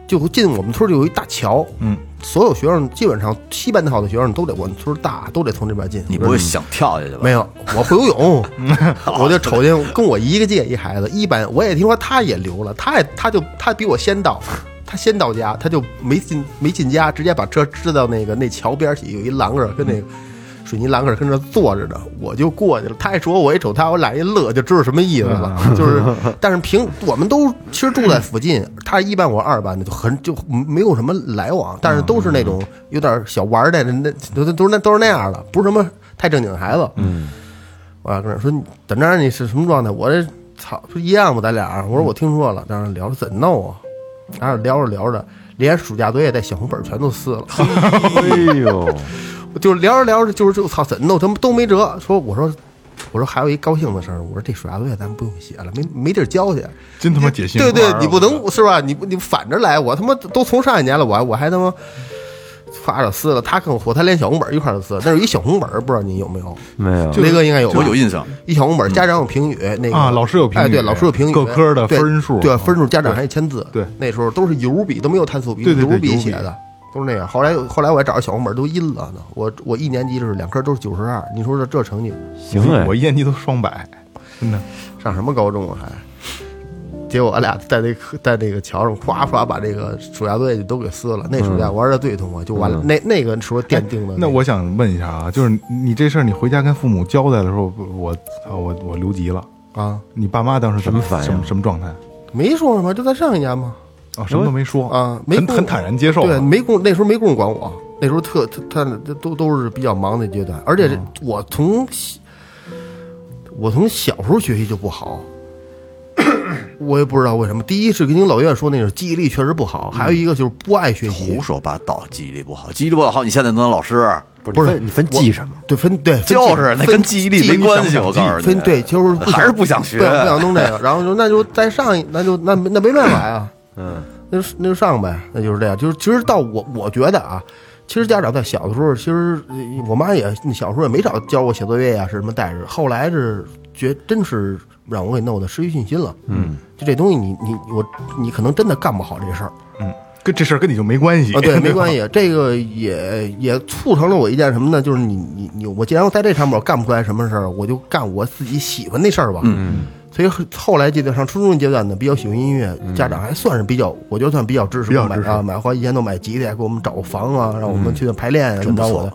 C: 就进我们村儿就有一大桥，嗯，所有学生基本上西半套的学生都得我们村儿大，都得从这边进。
D: 你不会想跳下去吧？
C: 没有，我会游泳， [laughs] 我就瞅见跟我一个届一孩子，一班我也听说他也留了，他也他就他比我先到，他先到家，他就没进没进家，直接把车支到那个那桥边儿去，有一栏杆儿跟那
D: 嗯
C: 个水泥栏杆儿跟那儿坐着呢，我就过去了。他一说，我一瞅他，我俩一乐，就知道什么意思了。[laughs]
D: 嗯
C: 就是，但是平我们都其实住在附近，他一班我二班的，就很就没有什么来往，但是都是那种有点小玩儿的，那都都都是那都是那样的，不是什么太正经的孩子。嗯。我俩跟人说你怎么着？你是什么状态？我这操不一样吗？咱俩？
B: 嗯
C: 我说我听说了，当时聊着怎弄啊？然后聊着聊着，连暑假作业带小红本全都撕
B: [laughs]
C: 了，
A: 哎呦，
B: 啊
C: 就聊着聊着就是就操怎弄，他们都没辙。说我说我说还有一高兴的事儿，我说这暑假作业咱不用写了，没没地儿交去。
B: 真他妈解心
C: 对
B: 宽
C: 对
B: 儿，
C: 你
B: 我
C: 不
B: 操
C: 能是吧？你不你反着来，我他妈都从上一年了，我还我还他妈发着撕了，他跟我说他连小红本儿一块儿撕了，那是一小红本儿，不知道你有没有？
A: 没
B: [laughs]
A: 有，
C: 雷哥应该有吧，嗯
D: 我有印象，
C: 一小红本儿，家长有评语，那个
B: 啊老师有评语
C: 哎，对，老师有评语，
B: 各科的
C: 对
B: 分数
C: 对
B: 啊
C: 分数，家长还签字，
B: 对
C: 那时候都是油笔，都没有碳素笔，
B: 对对对
C: 油笔
B: 油笔
C: 写的。都是那样，后来后来我还找着小红本儿都阴了呢。我我一年级就是两科都是九十二，你说这这成绩
A: 行哎
B: 我，一年级都双百，真的。
C: 上什么高中啊还？结果俺俩在那课在那个桥上，咵咵把这个暑假作业就都给撕了。那暑假玩的最痛快，就完了。那那个时候奠定了
B: 嗯那我想问一下啊，就是你这事儿，你回家跟父母交代的时候，不我操，我我留级了。
C: 啊，
B: 你爸妈当时
A: 什么反应
B: 什么什么状态？
C: 没说什么，就在上一年嘛
B: 啊，什么都没说
C: 啊，没
B: 很
C: 工
B: 很坦然接受啊。
C: 对，没工那时候没工夫管我，那时候特特他他都都是比较忙的阶段，而且这
B: 嗯
C: 我从小我从小时候学习就不好， [coughs] 我也不知道为什么。第一是跟老岳说那种记忆力确实不好，
B: 嗯
C: 还有一个就是不爱学习
D: 胡，说八道，记忆力不好，记忆力不好，你现在能当老师，
A: 不是你分记什么？
C: 对分对分
D: 就是那
C: 分
D: 跟记忆力没关系，我告诉你，
C: 分对，就是
D: 还是不想学
C: 不想不想弄这个，然后就那就再上一，那就那那没办法
D: [laughs]
C: 呀，嗯，那就那就上呗，那就是这样。就是其实到我我觉得啊，其实家长在小的时候，其实呃我妈也小时候也没少教我写作业呀、是什么带着，后来是觉真是让我给弄得失去信心了，嗯，就这东西你你我你可能真的干不好这事儿。
B: 跟这事儿跟你就没关系
C: 啊，
B: [laughs]
C: 对，没关
B: 系。
C: 系，这个也也促成了我一件什么呢？就是你你你，我既然在这上面我干不出来什么事儿，我就干我自己喜欢的事儿吧。嗯，所以后来阶段上初中阶段呢，比较喜欢音乐，家长还算是比较，我觉得算比较支持
B: 比较
C: 我买
B: 支持嗯
C: 啊，买花以前都买吉他，给我们找房啊，让我们去那排练啊，怎么着我的。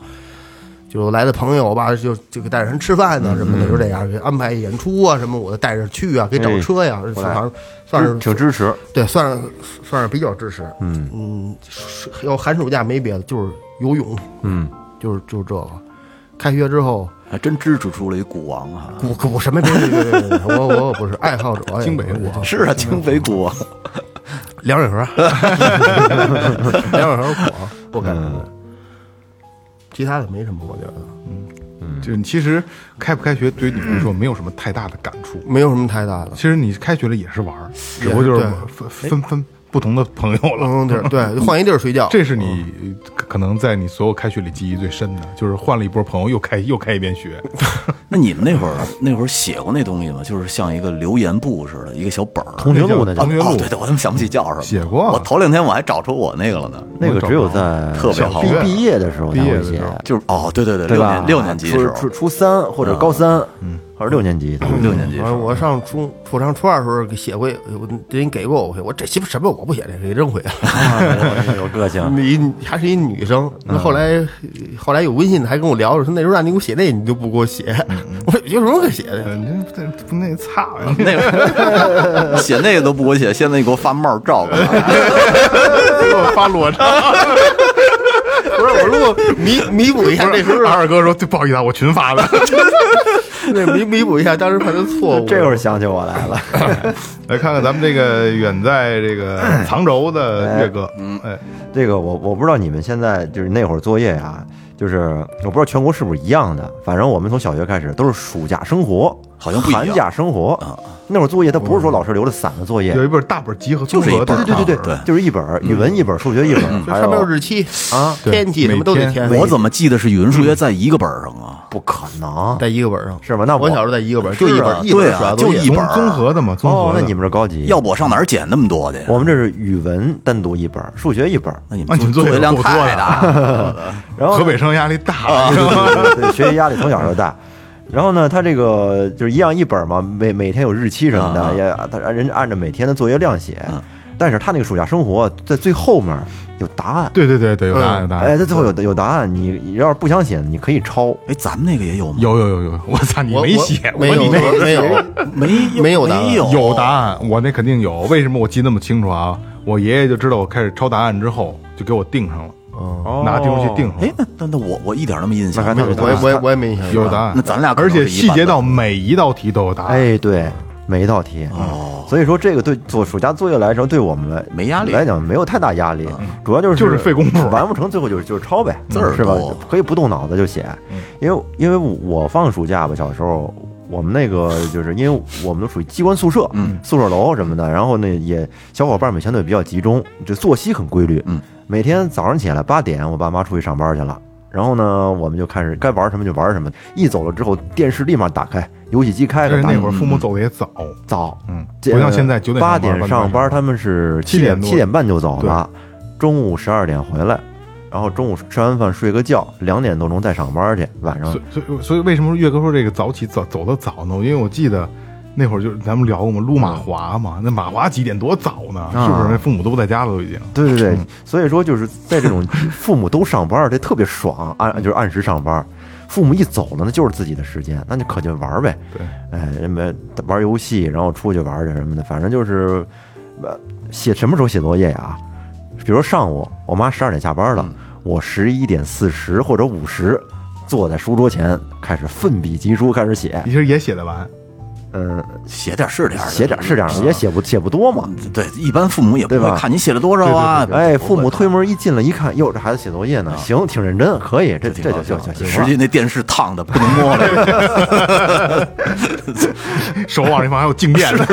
C: 就来的朋友吧，就就给带着人吃饭呢、什么的，就这样给安排演出啊什么，我就带着去啊，给找
A: 哎
C: 车呀、
A: 我
C: 反
A: 来
C: 正算是
A: 挺支持，
C: 对，算是算是比较支持。
A: 嗯
C: 嗯，是要寒暑假没别的，就是游泳，
A: 嗯，
C: 就是就是这个。开学之后，
D: 还真支持出了一股王啊！
C: 古古什么别别别别别，我我我不是爱好者，
B: 京北
C: 我
D: 是啊，京北股王，
C: 凉水河，凉水河火，不敢不敢。其他的没什么，我觉得
B: 就是你其实开不开学对于你来说没有什么太大的感触。
C: 没有什么太大的
B: 其。实你开学了也是玩儿，只不过就是
C: 对
B: 分分分不同的朋友了。
C: 嗯，对对，换一地儿睡觉，
B: [laughs] 这是你可可能在你所有开学里记忆最深的，就是换了一波朋友，又开又开一遍 [laughs] 学。
D: 那你们那会儿那会儿写过那东西吗？就是像一个留言簿似的，一个小本儿。
A: 同学录那
B: 同
A: 叫
B: 学录
D: 哦，对对，我他妈想不起叫什么。
B: 写过
D: 我头两天我还找出我那个了呢。
A: 那个只有在
D: 特别好
A: 毕
B: 玩
A: 毕业的时候才
B: 啊毕业
A: 会
B: 的时
A: 写
B: 候，
D: 就是哦，对对对，
A: 对
D: 六
A: 吧？
D: 年六年级的时候
A: 初初，初三或者高三，嗯，或者六年级，
D: 六年级的时
C: 我
D: 候，
C: 我上初我上初二的时候给写过，我人给过我，我这鸡巴什么我不写这个，给扔回去了。
A: 啊有个
B: [laughs]
A: 性，
C: 你还是一女生，那后来后来有微信的还跟我聊着，说那时候让你给我写那，你就不给我写。我说有什么可写的？
B: 嗯，这这不那啊擦， [laughs]
D: 那会儿写那个都不会写，现在你给我发帽照干嘛？
B: 给我发裸照。
C: 不是我如果弥弥补
B: 哎 [laughs]
C: 一下那时候
B: 二哥说：“对，不好意思啊，我群发 [laughs] 的。
C: 那弥弥补一下当时犯的错误。
A: 这会儿想起我来了，”
B: 来看看咱们这个远在这 [clears throat] 个藏州的岳哥，嗯，哎，
A: 这个我我不知道你们现在就是那会儿作业啊，就是我不知道全国是不是一样的，反正我们从小学开始都是暑假生活，
D: 好像不一样
A: 寒假生活
D: 啊。
A: 那会儿作业它不是
B: 嗯
A: 说老师留的散的作业，
B: 有一本大本集合综合
D: 就
B: 的，
D: 是一本
A: 对对对
D: 对嗯
A: 就是一本儿语文一本儿，数学一本儿，还
C: 上面有
A: 有
C: 日期
A: 啊
C: 天气什么都得
B: 每
C: 填。
D: 我怎么记得是语文数学在一个本儿上啊？
A: 不可能
C: 在一个本上？
A: 是吧？那
C: 我小时候在一个本，就一
D: 是啊
C: 本，一本
D: 对啊
C: 暑假作业
D: 就一本
B: 综综合的嘛，综
A: 哦
B: 合，的。
A: 那你们这高级，
D: 要不我上哪儿捡那么多去？啊
A: 我们这是语文单独一本儿，数学一本儿，
D: 那你
B: 啊
D: 们
B: 你们
D: 作
B: 作业
D: 业量
B: 够多
D: 太
B: 的
D: 大了。
A: 然后
B: 河北生压力大，是吧
A: 对对对学习压力从小就大。然后呢，他这个就是一样一本嘛，每每天有日期什么
D: 啊啊
A: 的，也他人家按照每天的作业量写
D: 啊。
A: 但是他那个暑假生活在最后面有答案，
B: 对对对对，有答案
C: 嗯
B: 有
D: 啊
B: 答
A: 哎，
B: 案，
A: 他最后有有答案，你你要是不想写，你可以抄。
D: 哎，咱们那个也有吗？
B: 有有有有，我操，你
C: 我
B: 没
C: 我
B: 写，我
C: 没有
B: 你没
C: 没有
D: 没
C: 没有答案
D: 没
B: 有答案，我那肯定有。为什么我记那么清楚啊？我爷爷就知道我开始抄答案之后，就给我定上了，拿定东西定上
D: 哎
B: 了，，
D: 那那那我我一点都没印象
A: 那。还
D: 没有
A: 那
C: 我也我也我也没印象。
B: 有答案
D: 那。咱俩可
B: 而
D: 能
B: 且
D: 是一
B: 细
D: 般
B: 节
D: 的
B: 到每一道题都有
D: 啊
B: 答案。
A: 哎，对，每一道题。
D: 哦，
A: 所以说，这个对做暑假作业来说，对我们来
D: 没压力嗯
A: 来讲没有太大压力，主要就是
B: 就是费功夫
A: 完不成最后就是就是抄呗，
D: 字儿
A: 是吧
D: 多？嗯
A: 可以不动脑子就写，因为因为我放暑假吧，小时候我们那个就是因为我们都属于机关宿舍，嗯，宿舍楼什么的，然后呢也小伙伴们相对比较集中，这作息很规律，
D: 嗯，
A: 每天早上起来八点，我爸妈出去上班去了。然后呢，我们就开始该玩什么就玩什么。一走了之后，电视立马打开，游戏机
B: 但
A: 开开，
B: 是
A: 打
B: 那
A: 一
B: 会儿父母走的也早，
A: 早，
B: 嗯，不像现在九点
A: 八
B: 点
A: 点上班，他们是七
B: 七点多
A: 七点半就走了，中午十二点回来，然后中午吃完饭睡个觉，两点多钟再上班去，晚上
B: 所以所以所以为什么岳哥说这个早起早走的早呢？因为我记得那会儿就是咱们聊过嘛，撸马华嘛，那马华几点多早呢？是不是？那父母都不在家了都已经。
A: 对对
D: 嗯
A: 对，所以说就是在这种
D: [laughs]
A: 父母都上班儿，这特别爽，按
D: 嗯
A: 就是按时上班儿。父母一走了，那就是自己的时间，那就可劲玩儿呗。
B: 对，
A: 哎，什么玩游戏，然后出去玩儿去什么的，反正就是，呃，写什么时候写作业呀？比如上午，我妈十二点下班
D: 嗯
A: 了，我十一点四十或者五十坐在书桌前开始奋笔疾书，开始写。
B: 其实也写得完，
A: 嗯，
D: 写点是点儿的，嗯
A: 写点儿是点儿的，也写不写不多嘛。
D: 对，一般父母也不
A: 对
D: 会
A: 吧
D: 看你写了多少啊。
A: 哎，
D: 不会
A: 父母推门一进来一看，哟，这孩子写作业呢，行，挺认真，可以，这
D: 挺
A: 哎这
D: 高
A: 就
D: 兴
A: 就
D: 的
A: 就
D: 实
A: 行
D: 际
A: 了。
D: 那电视烫的不能摸了。
B: 手往这方还有静电呢。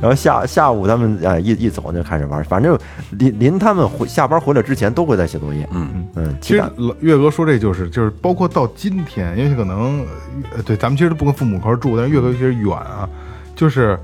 A: 然后下下午他们哎一一走就开始玩，反正临临他们回下班回来之前都会在写作业。
D: 嗯
A: 嗯，
B: 其
A: 其
B: 实老岳哥说这就是就是包括到今天，因为可能呃对咱们其实都不跟父母一块儿住，但是岳哥其实远啊，就是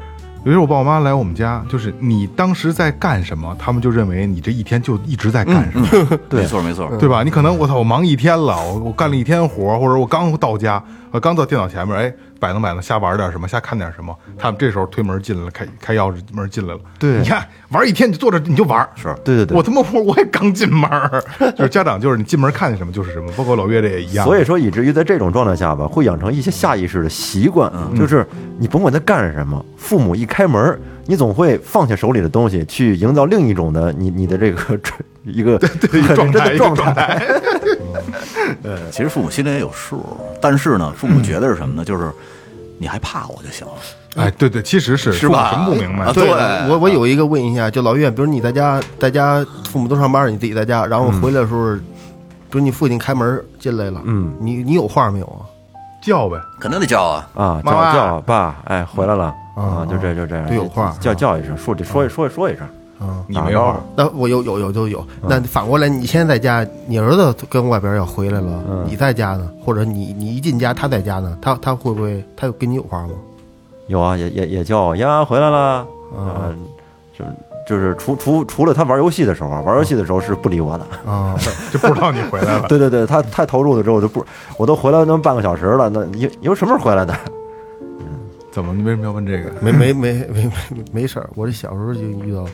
B: 有时候我爸我妈来我们家，就是你当时在干什么，他们就认为你这一天就一直在干什么，
D: 没错没
A: 嗯
D: 错，
B: 对吧？你可能我操我忙一天了，我我干了一天活儿，或者我刚到家，我刚到电脑前面，哎摆弄摆弄，瞎玩点什么，瞎看点什么，他们这时候推门进来了，开开钥匙门进来了，
A: 对
B: 你看玩一天你坐着你就玩，是
A: 对对对
B: 我他妈我我也刚进门儿， [laughs] 就是家长就是你进门看见什么就是什么，包括老岳这也一样。
A: 所以说，以至于在这种状态下吧，会养成一些下意识的习惯，就是你甭管他干什么，父母一开门，你总会放下手里的东西，去营造另一种的你你的这个 [laughs] 一
B: [laughs]
A: 个
B: 对
A: [laughs] 很
B: 状
A: 认真
B: 态
A: 的
B: 一个
A: 状
B: 状态，
A: 态。
D: 其实父母心里也有数，但是呢，父母觉得是什么呢？就是你还怕我就行了，
B: 哎，对对，其实是
D: 是吧
B: 父母什么不明白
D: 啊？
C: 对
D: 对
C: 我我有一个问一下，就老岳，比如你在家，在家父母都上班，你自己在家，然后回来的时候，比如你父亲开门进来了，
A: 嗯，
C: 你你有话没有啊？
B: [laughs] 叫呗，
D: 肯定得叫啊。
A: 啊，
B: 妈
A: 叫
B: 妈
A: 叫爸，哎，回来了
C: 啊
A: 啊，就这就这样，
C: 对有话
A: 叫叫一声，说这说一说一说一声，
C: 嗯，
B: 你没有
A: 啊，
C: 那我有有有就有。那反过来，你现在在家，你儿子跟外边要回来了，你在家呢，或者你你一进家，他在家呢，他他会不会他跟你有话吗？
A: 有啊，也也也叫呀，回来了，啊，就就是除除除了他玩游戏的时候啊，玩游戏的时候是不理我的，
C: 啊，
B: [laughs] 就不知道你回来了。 [laughs]
A: [laughs] 对对对，他太投入了之后我就不，我都回来那么半个小时了，那你你有什么时候回来的？ [laughs]
B: 怎么？你为什么要问这个？
C: 没没没没没没事儿，我这小时候就遇到，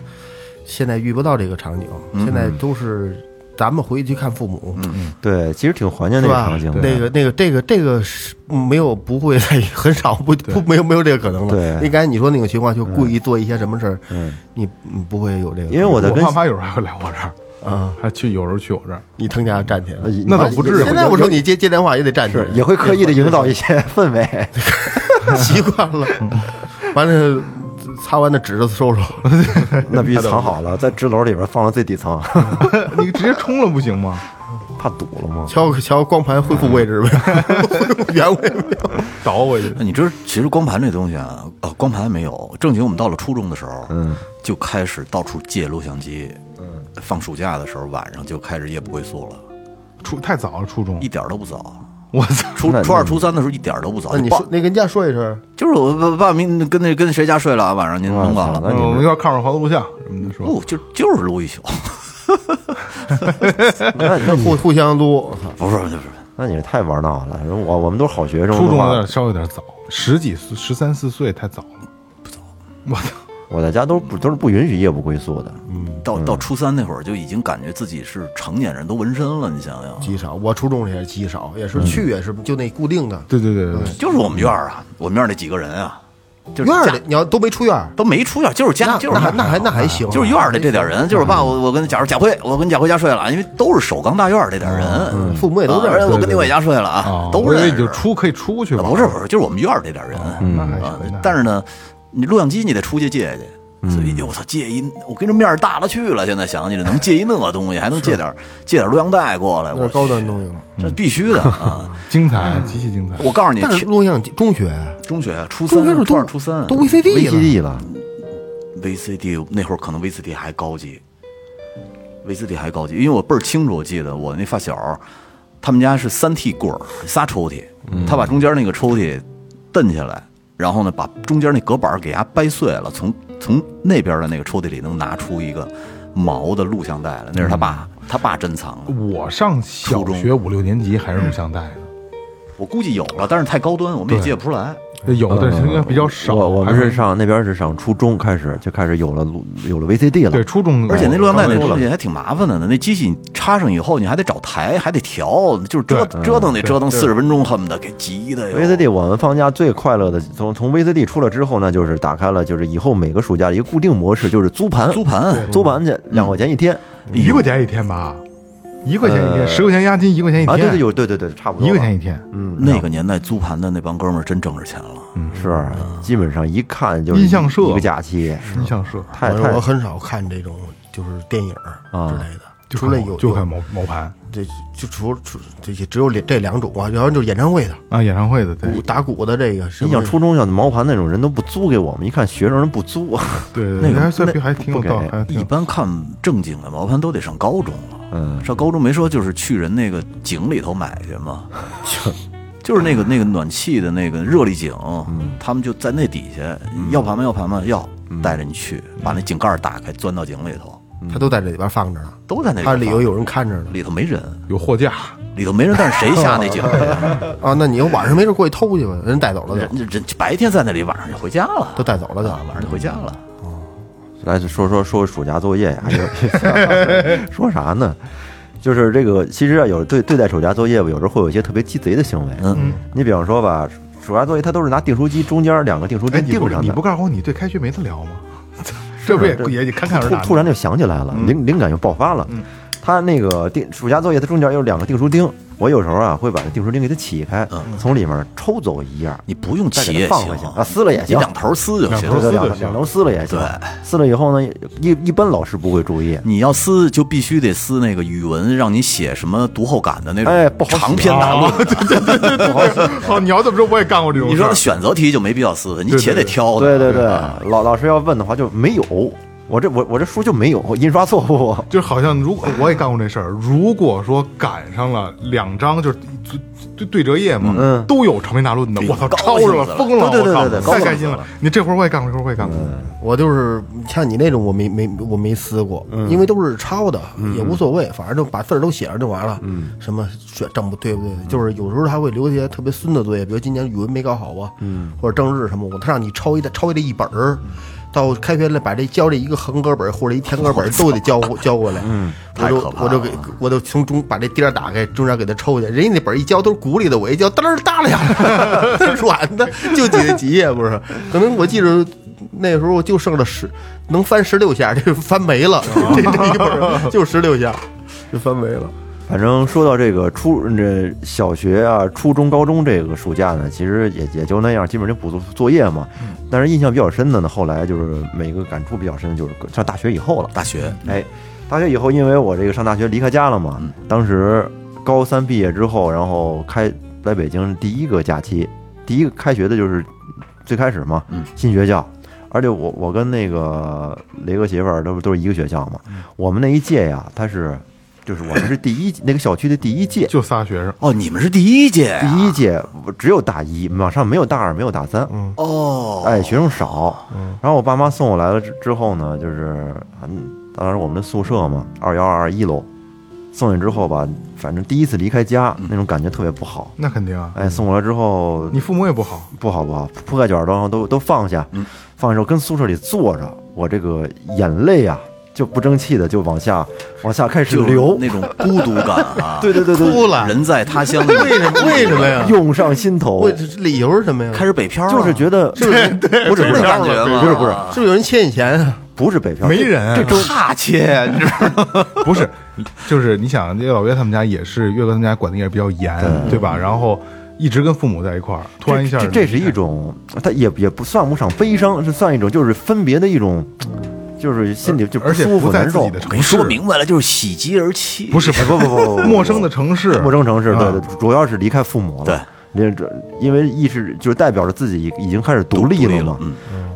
C: 现在遇不到这个场景，现在都是咱们回去看父母，
A: 对，其实挺怀念
C: 是
A: 那个
C: 吧
A: 场景？的，
C: 那个那个这个这个是没有不会再 [laughs] 很少不不没有没有这个可能了。
A: 对
C: 应该你说那种情况，就故意做一些什么事儿，
A: 嗯，
C: 你你不会有这个，
A: 因为我在
B: 我
A: 跟嗯
B: 爸妈有时候还会来我这儿，
C: 啊，
B: 还去有时候去我这儿。
C: 你腾家站起
A: 呃
C: 来，
B: 那
C: [laughs]
B: 倒不至于
C: 现在我说你接接电话也得站起来
A: 是，也会刻意的营造一些氛围，
C: [laughs] 习惯
A: [laughs]
C: 了，完了擦完的纸都收收，
A: 那必须藏好了，在纸篓里边放到最底层，
B: [laughs] 你直接冲了不行吗？
A: 怕堵了
C: [laughs]
A: 吗？
C: 敲敲光盘恢复位置呗，
A: [laughs]
C: 恢复原位呗。
B: 倒我一下。
D: 那你知道，其实光盘这东西啊，呃，光盘没有正经。我们到了初中的时候，嗯，就开始到处借录像机，嗯，放暑假的时候晚上就开始夜不归宿了，
B: 初太早了，初中
D: 一。点儿都不早。
B: 我操！
D: 初
A: 那
D: 初二、初三的时候一点儿都不
A: 啊
D: 早。
C: 那你
D: 爸
C: 说那跟人家说一声，
D: 就是我爸爸明跟那跟谁家睡了啊，晚上您甭管
A: 哇塞
D: 了。
A: 那你
B: 嗯
A: 们
B: 我们一块儿看会儿黄河录像什么的，
C: 哦
B: 说
D: 不就就是撸一宿，
A: 那那
C: 互互相撸，我操
D: [laughs] 不是不是不是，
A: 那你这太玩闹了，我我们都是好学生，
B: 初中
A: 的
B: 有
A: 话
B: 点稍微有点早，十几岁、十三四岁太早了，不早。我操！
A: 我在家都不都是不允许夜不归宿的，
C: 嗯
D: 到到初三那会儿就已经感觉自己是成年人，都纹身了。你想想，
C: 极少。我初中也是极少，也是
A: 嗯
C: 去也是就那固定的
B: 对对对对对，
D: 就是我们院儿啊，我们院儿那几个人啊，就是
C: 院儿
D: 家
C: 里，你要都没出院儿，
D: 都没出院，就是
C: 那
D: 家，就
C: 那
D: 是
C: 还
D: 家
C: 那还那还行，
D: [laughs] 就是院儿里这点人，就是爸，我我跟假如贾辉，我跟贾辉家睡了，因为都是首钢大院儿这点
C: 嗯
D: 人，
C: 父母哦也都认识
D: 啊哎我跟你我家睡了啊
C: 哦
B: 啊，，
D: 都
B: 我以为
D: 认
B: 你
D: 识。啊
B: 就出可以出去吧？
C: 嗯
D: 不是不是，就是我们院儿这点人。
B: 那还
D: 啊
B: 行，那还
D: 但是呢，你录像机你得出去借去，所以
C: 嗯
D: 我操借一，我跟这面儿大了去了，现在想起来能借一那东西，还能借点借点录像带过来，
C: 那是
D: 我
C: 高端东西了。
D: 这必须的啊！
B: 精彩，极其精彩。
D: 我告诉你，
C: 但是
D: 其
C: 录像机中学，
D: 中学啊初
C: 中学
D: 三、
C: 是
D: 初
C: 都
D: 二、初三
C: 都
A: V C
C: VCD 了，
A: D 了，
D: VCD 那会儿可能 VCD 还高级，VCD 还高级，因为我倍儿清楚，我记得我那发小，他们家是三屉柜儿，仨抽屉，他把中间那个抽屉蹬下来，然后呢把中间那隔板儿给它掰碎了，从从那边的那个抽屉里能拿出一个毛的录像带来，那是他爸，他爸珍藏的，
B: 我上小学五六年级还是录像带呢，
D: 我估计有了，但是太高端，我们也
B: 对
D: 借不出来。
B: 有的哦应该比较少。
A: 嗯我我
B: 还
A: 们是上那边是上初中开始就开始有了录有了 V C D 了，
B: 对初中，嗯
D: 而且那录像带那
B: 刚才说
D: 东
B: 了
D: 西还挺麻烦的呢，那机器你插上以后，你还得找台，还得调，就是折
B: 对
D: 折腾得折腾
B: 对
D: 四十分钟，恨不得给急的哟。
A: V C D 我们放假最快乐的，从从 V C D 出了之后呢，就是打开了，就是以后每个暑假的一个固定模式，就是租盘，
D: 租盘，
A: 租盘
B: 嗯
A: 去两块钱一天
B: 一块钱一天吧，一块钱一天，
A: 呃
B: 十块钱押金，一块钱一
A: 啊，
B: 天，
A: 对对有对对对，差不多
B: 一
A: 吧
B: 块钱一天，
D: 那个年代租盘的那帮哥们儿真挣着钱了。
B: 嗯
A: 是基本上一看就是
B: 音像社
A: 一个假期，
B: 印象社
A: 太
C: 我
A: 太
C: 我很少看这种就是电影儿
D: 啊
C: 之类的，
B: 就
C: 除
B: 看
C: 了
B: 某
C: 有
B: 就看某某盘
C: 这就除除这些只有这这两种啊，然后就是演唱会的
B: 啊，演唱会的对
C: 鼓打鼓的这个，是
A: 你
C: 不
A: 想
C: 是
A: 初中像毛盘那种人都不租给我们，一看学生人不租，
B: 对
D: 那
B: 对，
D: 个
B: 还算
D: 那
B: 还挺有
A: 不
B: 道，
A: 给
B: 还挺
D: 一
B: 有
D: 般看正经的毛盘都得上高中了，
A: 嗯，
D: 上高中没说就是去人那个井里头买去吗？就是那个那个暖气的那个热力井，
B: 嗯
D: 他们就在那底下，要盘吗？要盘吗？要，带着你去，把那井盖儿打开，钻到井里头，
C: 他都在这里边放着呢，
D: 都嗯在那
C: 他里头
D: 有
C: 有人看着呢
D: 里头没人，
B: 有货架，
D: 里头没人，但是谁下那
A: [laughs]
D: 井去
A: 哎
D: 啊？
C: 啊。那你要晚上没事过去偷去吧，人带走了就
D: 人人白天在那里，晚上就回家了，
C: 都带走了
D: 啊，
C: 就。
D: 晚上就回家了。
A: 来说说说暑假作业呀，有 [laughs] 说啥呢？就是这个，其实啊，有对对待暑假作业吧，有时候会有一些特别鸡贼的行为。
D: 嗯，
A: 你比方说吧，暑假作业它都是拿订书机中间两个订书机
B: 哎，你
A: 订
B: 不
A: 上
B: 你
A: 的
B: 不，告诉我你对开学没得聊吗？ [laughs] 这不也
A: 这
B: 也也侃侃而
A: 突
B: 谈吗？
A: 突然就想起来了，灵灵感就爆发了。他那个订暑假作业，它中间有两个订书钉，我有时候啊会把那订书钉给它起开，从里面抽走一页，
D: 你不用
A: 再
D: 起
A: 给
D: 也
A: 它放回去
D: 行
A: 啊，撕了也
D: 你
A: 行。
D: 两头撕就
B: 两
D: 行
B: 头。
A: 对
B: 撕就
A: 两
B: 行
A: 两头撕了也行
D: 对，
A: 撕了以后呢，一一般老师不会注意，
D: 你要撕就必须得撕那个语文，让你写什么读后感的那种，
A: 哎不好写
D: 长篇大论。
B: [laughs] 哦，你要这么说，我也干过这种
D: 你
B: 事
D: 说
B: 儿
D: 那。选择题就没必要撕，你
B: 对
D: 且得
B: 对
D: 挑
A: 对
D: 的。
A: 对对，老老师要问的话就没有，我这我我这书就没有，印刷错误。
B: 就好像如果我也干过这事儿，如果说赶上了两张就是对对对折页嘛，
A: 嗯
B: 都有长篇大论的，
D: 对
B: 我操，
D: 高
B: 超
D: 兴
B: 着
D: 死
B: 了，
D: 了
B: 疯了，
A: 对对对
B: 我靠
A: 对对
B: 太
A: 高
B: 开
A: 兴
B: 心
A: 死
B: 了。你这会儿我也干过，这会儿我也干过，
C: 我就是像你那种，我没没我没撕过，
D: 嗯
C: 因为都是抄的，也无所谓，反正就把字儿都写上就完了。
D: 嗯
C: 什么选正不对不对，就是有时候他会留一些特别孙的作业，比如今年语文没搞好啊，
D: 嗯
C: 或者政治什么，我他让你抄一的抄一这一本儿。到开学了，把这交这一个横格本儿或者一田格本儿都得交过交过来，我
D: 嗯太
C: 就
D: 可怕
C: 我就
D: 了
C: 给我就从中把这钉儿打开，中间给它抽去。人家那本儿一交都是鼓里的，我一交噔儿耷拉下 [laughs] 来，它是软的，就几几页不是？可能我记着那时候就剩了十，能翻十六下，这翻没了，
A: 哦
C: 这这一本儿就十六下，就翻没了。
A: 反正说到这个初这小学啊、初中、高中这个暑假呢，其实也也就那样，基本就补作作业嘛。但是印象比较深的呢，后来就是每个感触比较深，的就是上大学以后了。
D: 大学
A: 哎，大学以后，因为我这个上大学离开家了嘛，当时高三毕业之后，然后开来北京第一个假期，第一个开学的就是最开始嘛
D: 嗯，
A: 新学校。而且我我跟那个雷哥媳妇儿都都是一个学校嘛，我们那一届呀，他是就是我们是第一那个小区的第一届，
B: 就仨学生，
D: 哦，你们是第一届啊呀，
A: 第一届只有大一，往上没有大二，没有大三，
D: 哦，
A: 哎，学生少。然后我爸妈送我来了之之后呢，就是嗯，当时我们的宿舍嘛，二幺二一楼，送去之后吧，反正第一次离开家，那种感觉特别不好。
B: 那肯定啊。
A: 哎，送过来之后
B: 你父母也不好，
A: 不好不好，铺盖卷儿都都都放下，放下之后跟宿舍里坐着，我这个眼泪啊就不争气的就往下往下开始
D: 就是
A: 流，。
D: 那种孤独感啊
A: [laughs] 对对对对，
C: 哭了，
D: 人在他乡，
C: 为什么为什么呀？
A: 涌上心头
C: 为，理由是什么呀？
D: 开始北漂了，
A: 就是觉得对对，不是不
D: 这
A: 是
D: 种感觉吗？
A: 不是不是
C: 是不是有人欠你钱啊？
A: 不是北漂，
B: 没
A: 这
B: 人
A: 这周
D: 大切，你知道吗？
B: 不是，就是你想，这老岳他们家也是岳哥他们家管的也比较严，对吧？然后一直跟父母在一块儿，突然一下
A: 这
B: 儿
A: 这这是一种，它也也不算不上悲伤，是算一种就是分别的一种，就是心里就
B: 而且
A: 舒服
B: 不在
A: 难
B: 自己
A: 受
B: 的。城
D: 跟你
B: 市，
D: 说明白了，就是喜极而泣。 [laughs]
B: 不是不
A: [laughs] 不不不不，
B: 陌生的城市，
A: 陌生城市，
B: 啊
A: 对对，主要是离开父母了。
D: 对
A: 对，这因为意识就是代表着自己已已经开始独立了嘛。
D: 嗯，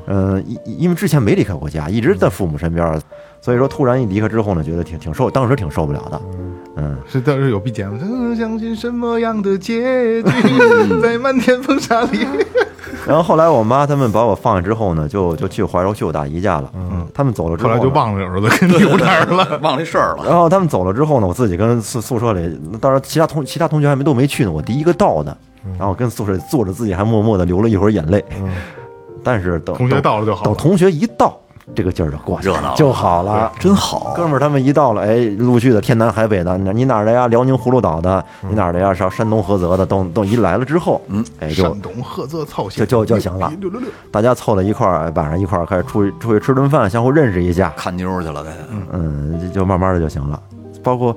A: 嗯，因因为之前没离开过家，一直在父母身边儿，所以说突然一离开之后呢，觉得挺挺受，当时挺受不了
B: [laughs]
A: 的。嗯，
B: 是当时有 BGM，嗯相信什么样的结局，[laughs]
A: 嗯
B: 在漫天风沙
A: [laughs]
B: 里。
A: 然后后来我妈他们把我放下之后呢，就就去怀柔去我大姨家了。嗯，他们走了之
B: 后
A: 后呢
B: 来就忘了儿子跟留那儿了。
D: [laughs] 忘了这事儿了。
A: 然后他们走了之后呢，我自己跟宿宿舍里，当然其他同其他同学还没都没去呢，我第一个到的，
B: 嗯
A: 然后跟宿舍里坐着，自己还默默的流了一会儿眼泪。但是等
B: 同学到了就好
A: 等
B: 了
A: 等同学一到，这个劲儿就过去
D: 热闹了
A: 就好了。
D: 真好
A: 哥，们儿他们一到了，哎，陆续的天南海北的，你哪儿的呀？辽宁葫芦岛的，
B: 嗯
A: 你哪儿的呀？上山东菏泽的，都都一来了之后，嗯，哎，就
B: 山东菏泽操
A: 就
B: 心，
A: 就就行了。
B: 六六六，
A: 大家凑到一块儿，哎晚上一块儿开始出去出去吃顿饭，相互认识一下，
D: 看妞儿去了，该
A: 嗯，就就慢慢的就行了。包括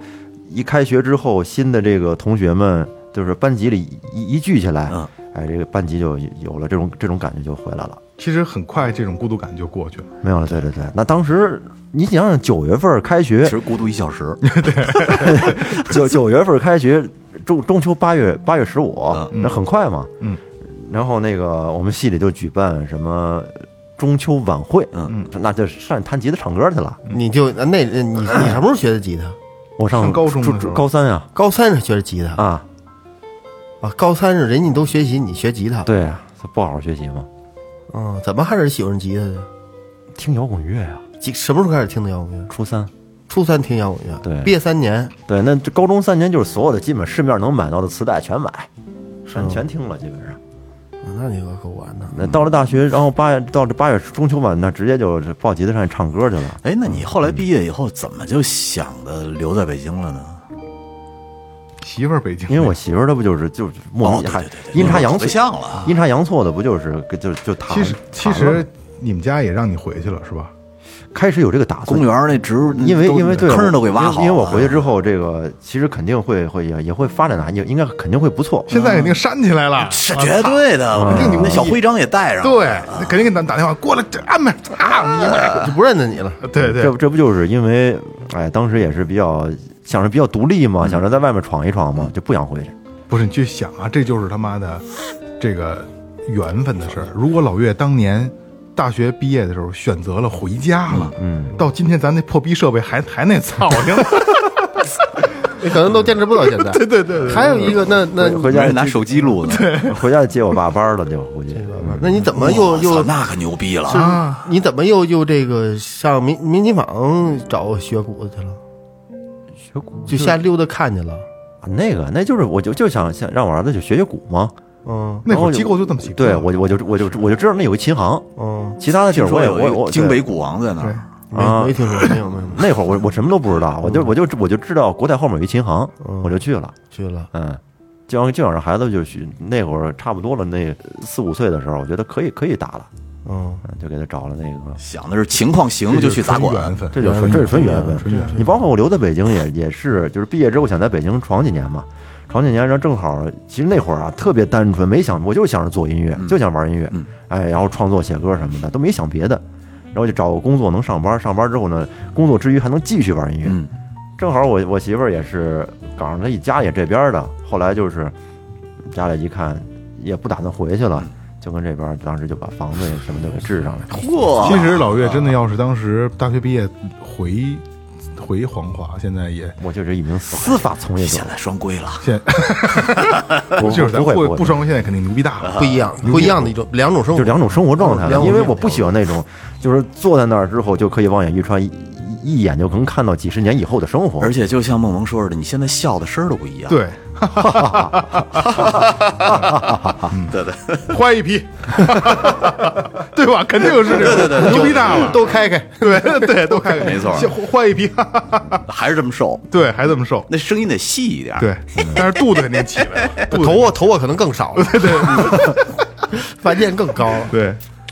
A: 一开学之后，新的这个同学们，就是班级里一一聚起来
D: 嗯，
A: 哎，这个班级就有了这种这种感觉就回来了。
B: 其实很快这种孤独感就过去了。
A: 没有了，对对对。那当时你想想，九月份开
D: 其
A: 学，
D: 实孤独一小时，
A: 嗯九九月份开学，中中秋八月八月十五，那很快嘛。
B: 嗯。
A: 然后那个我们系里就举办什么中秋晚会，
D: 嗯，
A: 那就上弹吉他唱歌去了。
C: 你就那那你你什么时候学的吉他？
A: 我上
B: 上高中的
A: 初
B: 时候
A: 高三啊
C: 高三是学的吉他
A: 啊，
C: 啊，高三是人家都学习，你学吉他，
A: 对啊，他不好好学习嘛，
C: 嗯，怎么还是喜欢吉他的？
A: 听摇滚乐呀、
C: 几什么时候开始听的摇滚乐？
A: 初三。
C: 初三听摇滚乐，
A: 对
C: 毕业三年，
A: 对，那这高中三年就是所有的基本市面能买到的磁带全买，
D: 嗯
A: 全全听了基本上。
C: 嗯那你可够晚的。
A: 那到了大学，然后八月到这八月中秋晚，那直接就抱吉他上去唱歌去了。
D: 哎，那你后
A: 嗯
D: 来毕业以后怎么就想的留在北京了呢？
B: 媳妇儿北京，
A: 因为我媳妇儿她不就是就是莫
D: 哦，
A: 名
D: 对
A: 还
D: 对对，
A: 阴差阳
D: 对
A: 错，
D: 像了，啊
A: 阴差阳错的不就是就就谈
B: 其实其
A: 谈了
B: 实你们家也让你回去了是吧？
A: 开始有这个打算
D: 公，园那植物，
A: 因为因为对
D: 坑儿都给挖好了，啊
A: 因为因为我回去之后，这个其实肯定会会也也会发展的，也应该肯定会不错。
B: 现在肯定扇起来了，啊
D: 是绝对
A: 啊
D: 的，我跟你
A: 嗯
D: 那小徽章也带上，，
B: 对，那肯定给咱打电话过来，这安排啊，你买，
C: 就不认得你了，
B: 对对
A: 这，这不就是因为，哎，当时也是比较想着比较独立
B: 嗯
A: 嘛，想着在外面闯一闯嘛，就不想回
B: [laughs]
A: 去。
B: 不是你去想啊，这就是他妈的这个缘分的事儿。如果老岳当年大学毕业的时候选择了回家了，嗯，到今天咱那破逼设备还还那操
A: [laughs]
B: 性，
C: 你可能都坚持不到现在。对
B: 对对对
C: 还有一个，那那
A: 回回
D: 人
A: 家
D: 家拿手机录的，
A: 回家接我爸班儿了，就回去。
C: 那你怎么又
D: 哇
C: 又嗯
D: 塞那可牛逼了，
B: 啊
C: 你怎么又又这个上民民琴坊找学鼓去了？
A: 学鼓
C: 就瞎溜达看去了。
A: 啊那个，那就是我就就想想让我儿子去学学鼓嘛。
C: 嗯
B: 那会
A: 然后
B: 儿机构就这么起步
A: 对
B: 了，
A: 我就我就我就我就知道那有一琴行，
C: 嗯，
A: 其他的地儿我也我也我
D: 京
A: 对
D: 北鼓王在那儿，
A: 啊
C: 没没听说，没有没有没有
A: 那会儿我我什么都不知道，我
B: 嗯
A: 就我就我就知道国泰后面有一琴行，我就去了。
C: 去了。
A: 嗯，就让就想让孩子就去那会儿差不多了，那四五岁的时候，我觉得可以可以打了，
C: 嗯，
A: 嗯，就给他找了那个。
D: 想的是情况行就去砸
B: 纯
D: 馆
B: 缘，分，
A: 这就是这是纯缘分，
B: 纯缘分。
A: 你包括我留在北京也也是，就是毕业之后想在北京闯几年嘛，闯几年，然后正好，其实那会儿啊特别单纯，没想我就想着做音乐，就想玩音乐，
D: 嗯
A: 哎，然后创作写歌什么的都没想别的，然后就找个工作能上班，上班之后呢，工作之余还能继续玩音乐。
D: 嗯，
A: 正好我我媳妇儿也是赶上她一家里这边的，后来就是家里一看也不打算回去了，就跟这边当时就把房子什么都给置上了。 [laughs]
D: 嚯，
B: 其实老岳真的要是当时大学毕业回回黄华，现在也
A: 我就是一名司法从业者
D: 现，在双规了，啊
B: 现 [laughs]
A: 不
B: 就是咱
A: 不会
B: 会
A: 不会啊
B: 不双现在肯定牛逼大了。
C: 不一样，不一样的一种两种生
A: 就
C: 活，
A: 两种生活状态
C: 两
A: 了，
C: 种
A: 因为我不喜欢那种，就是坐在那儿之后就可以望眼欲穿，一一一眼就能看到几十年以后的生活
D: 而。且就像梦萌说的，你现在笑的声儿都不一样，
B: 对，
D: 对对
B: 换一批， [laughs] 对吧？肯定是这种牛逼大了，
C: 都开开。
B: 对对，都开开，
D: 没错
B: 先换换一批， [laughs] 哈哈
D: 还是这么瘦，
B: 对，还这么瘦，
D: 那声音得细一点，
B: 对，，但是肚子肯定起来了，肚子
C: 头啊发头发可能更少了，对发际线更高了。
B: 对，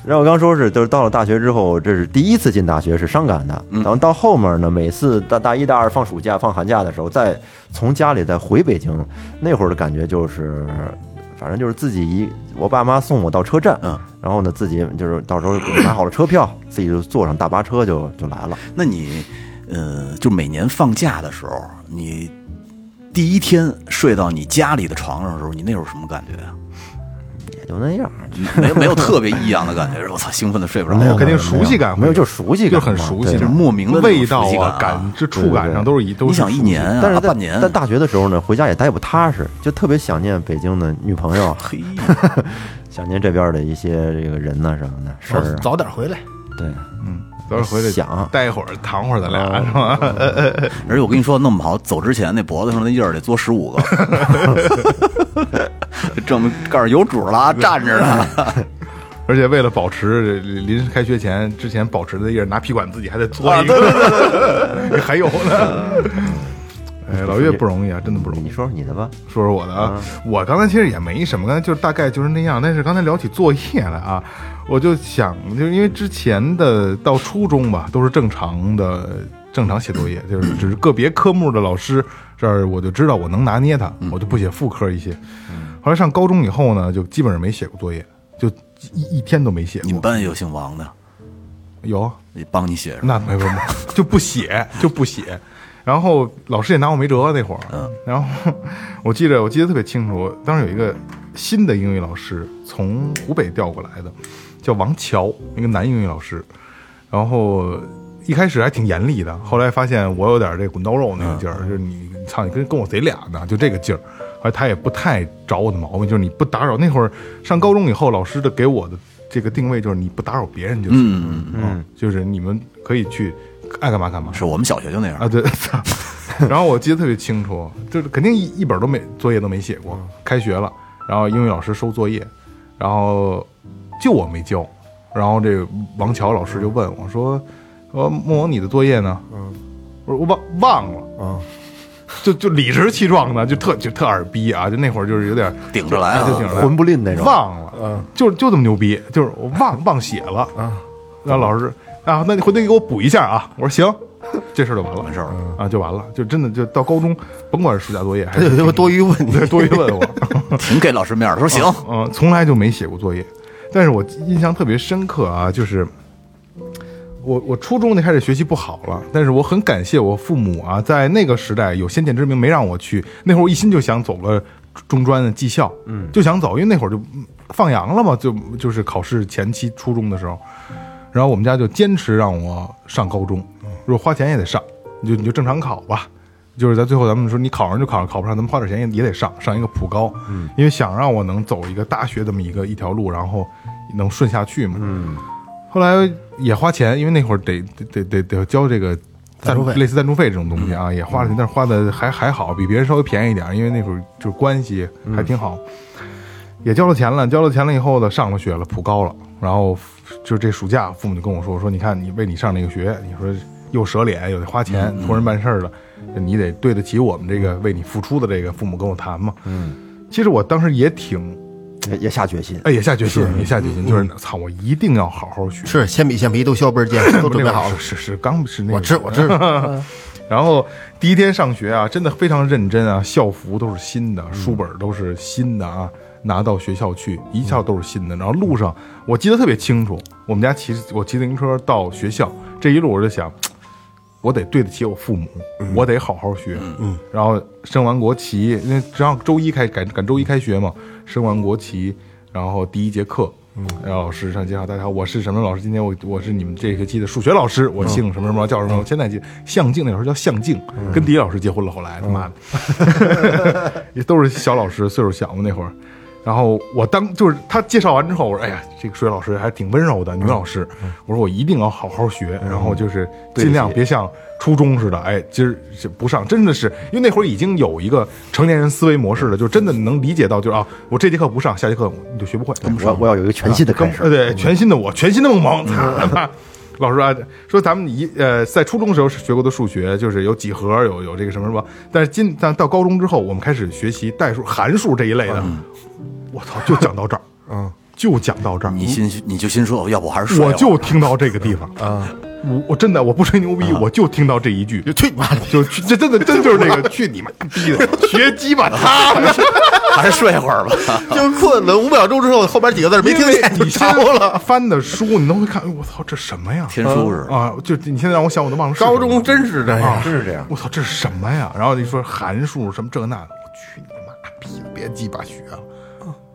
A: 然后我刚说是，就是到了大学之后，这是第一次进大学，是伤感的。然后到后面呢，每次大大一、大二放暑假、放寒假的时候，再从家里再回北京，那会儿的感觉就是反正就是自己一，我爸妈送我到车站，
D: 嗯，
A: 然后呢，自己就是到时候买好了车票，自己就坐上大巴车就就来了。
D: 那你，呃，就每年放假的时候，你第一天睡到你家里的床上的时候，你那时候什么感觉啊？
A: 也就那样，
D: 没有没有特别异样的感觉，我操，兴奋的睡不着
B: 没有
D: 觉，
B: 肯定熟悉感会有
A: 没有，就是熟悉
B: 就
A: 感嘛，
B: 很熟悉
D: 就
A: 对
D: 是莫名的那种
B: 味道
D: 熟悉
B: 啊，
D: 感啊
B: 感这触感上
A: 对对对
B: 都是一都
D: 你
B: 是熟
D: 想
B: 悉。
D: 一年啊，
A: 但是在
D: 半年，
A: 在大学的时候呢，回家也待不踏实，就特别想念北京的女朋友，
D: 嘿，
A: 想念这边的一些这个人呐、什么的事儿啊。
C: 早点回来，
A: 对，
B: 早点回来
A: 想哦
B: 待一会儿，躺会儿，咱俩是吧？
D: 而且我跟你说，弄不好走之前那脖子上那印儿得嘬
B: [laughs]
D: 十五个，证明告诉有主了啊，站着呢。
B: 而且为了保持这临开学前之前保持的印儿，拿皮管自己还得做
D: 啊
B: 一个， [laughs] 还有呢。哎，老岳不容易啊，真的不容易
A: 你。说说你的吧，
B: 说说我的啊，
D: 嗯
B: 我刚才其实也没什么，刚才就是大概就是那样。但是刚才聊起作业来啊，我就想，就是因为之前的到初中吧，都是正常的正常写作业，就是只是个别科目的老师这儿我就知道我能拿捏它，
D: 嗯
B: 我就不写副科一些。后来上高中以后呢，就基本上没写过作业，就一一天都没写
D: [laughs] 你们
B: 过。
D: 班有姓王的，
B: 有啊
D: 你帮你写上。
B: 那没没没，就不写就不写。然后老师也拿我没辙那会儿，
D: 嗯，
B: 然后我记得我记得特别清楚，当时有一个新的英语老师从湖北调过来的，叫王乔，一个男英语老师。然后一开始还挺严厉的，后来发现我有点这滚刀肉那个劲儿，
D: 嗯
B: 就是你你操你跟跟我贼俩呢，就这个劲儿。后来他也不太找我的毛病，就是你不打扰。那会儿上高中以后，老师的给我的这个定位就是你不打扰别人就行。
D: 嗯，
B: 嗯，就是你们可以去爱干嘛干嘛
D: 是我们小学就那
B: 啊，
D: 样。
B: 对。操然后我记得特别清楚，就是肯定一一本都没作业都没写过。开学了，然后英语老师收作业，然后就我没交，然后这个王乔老师就问我说：“呃，莫王你的作业呢？”嗯，我说我忘忘了，
C: 嗯，
B: 就就理直气壮的，就特就特耳逼啊，就那会儿就是有点
D: 顶着来
B: [laughs]
D: 啊
B: 就顶着来
A: 哎混不吝那种。
B: 忘了，
C: 嗯，
B: 就就这么牛逼，就是我忘忘写了，
C: 啊，
B: 然后老师啊，那你回头给我补一下啊，我说行， [laughs] 这事儿就完了，完事儿了啊，就完了，就真的就到高中，甭管是暑假作业还
C: 他有
B: 是
C: 一个多余问你
B: [laughs] 对，多余问我，
D: 挺给老师面儿的，说行，
B: 嗯、从来就没写过作业，但是我印象特别深刻啊，就是我我初中就开始学习不好了，但是我很感谢我父母啊，在那个时代有先见之明，没让我去。那会儿我一心就想走个中专的技校，嗯，就想走，因为那会儿就嗯放羊了嘛，就就是考试前期初中的时候，然后我们家就坚持让我上高中，如果花钱也得上，你就你就正常考吧。就是在最后，咱们说你考上就考上，考不上咱们花点钱也也得上上一个普高，嗯，因为想让我能走一个大学这么一个一条路，然后能顺下去嘛，嗯，后来也花钱，因为那会儿得得得得交这个
C: 赞助费嗯
B: 类似赞助费这种东西啊，也花了钱，但是花的还还好，比别人稍微便宜一点，因为那会儿就是关系
C: 嗯
B: 还挺好。也交了钱了，交了钱了以后呢，上了学了，普高了，然后就这暑假，父母就跟我说说，你看你为你上这个学，你说又折脸又得花钱，托人办事儿的，你得对得起我们这个为你付出的这个父母跟我谈嘛。嗯，其实我当时也挺，
A: 也也下决心，
B: 哎，也下决心，也下决心，就是操，我一定要好好学。。
C: 是铅笔橡皮都削倍儿尖，都准备好了
A: [laughs]
B: 是是刚是那个，
C: 我知我知，
B: 然后第一天上学啊，真的非常认真啊，校服都是新的，书本都是新的啊，拿到学校去，一校都是新的。然后路上我记得特别清楚，我们家骑我骑自行车到学校，这一路我就想，我得对得起我父母，我得好好学。嗯，然后升完国旗，因为正好周一开赶赶周一开学嘛，升完国旗，然后第一节课，嗯，然后老师上介绍，大家好，我是什么老师，今天我我是你们这学期的数学老师，我姓什么什么，叫什么，我现在记向静那老师叫向静，跟迪老师结婚了，后来他妈的。 [laughs] 也都是小老师，岁数小嘛那会儿。然后我当就是他介绍完之后，我说：“哎呀，这个数学老师还挺温柔的女老师。”我说：“我一定要好好学，然后就是尽量别像初中似的，哎，今儿是不上，真的是因为那会儿已经有一个成年人思维模式了，就真的能理解到，就是啊，我这节课不上，下节课你就学不会。
A: 我我要有一个全新的开始
B: 呃，。对，全新的我，全新的梦萌。操 [laughs] 老师啊，说咱们一呃，在初中时候是学过的数学，就是有几何，有有这个什么什么，但是今但到高中之后，我们开始学习代数、函数这一类的。我操，就讲到这儿，嗯，就讲到这儿，
D: 你心你就心说，要不我还是睡
B: 我
D: 吧
B: 就听到这个地方啊，我我真的我不吹牛逼，我嗯就听到这一句，
C: 就去你妈的！
B: 就这真的真就是
C: [laughs]
B: 那个去你妈逼的， [laughs] 学鸡巴他们！
D: 还是睡会儿吧。
C: 就困了五秒钟之后，后边几个字
B: [laughs]
C: 没
B: 因
C: 听
B: 为
C: 见
B: 你
C: 就
B: 先
C: 着了。
B: 翻的书，你都会看，哎我操，这什么呀？
D: 天书似的
B: 啊！就你现在让我想，我都忘了是什么
C: 高
B: 了。
C: 中真是这样，
A: 真是这样。
B: 啊我操，这是什么呀？然后你说函数什么这那的，我去你妈逼的，别鸡巴学了，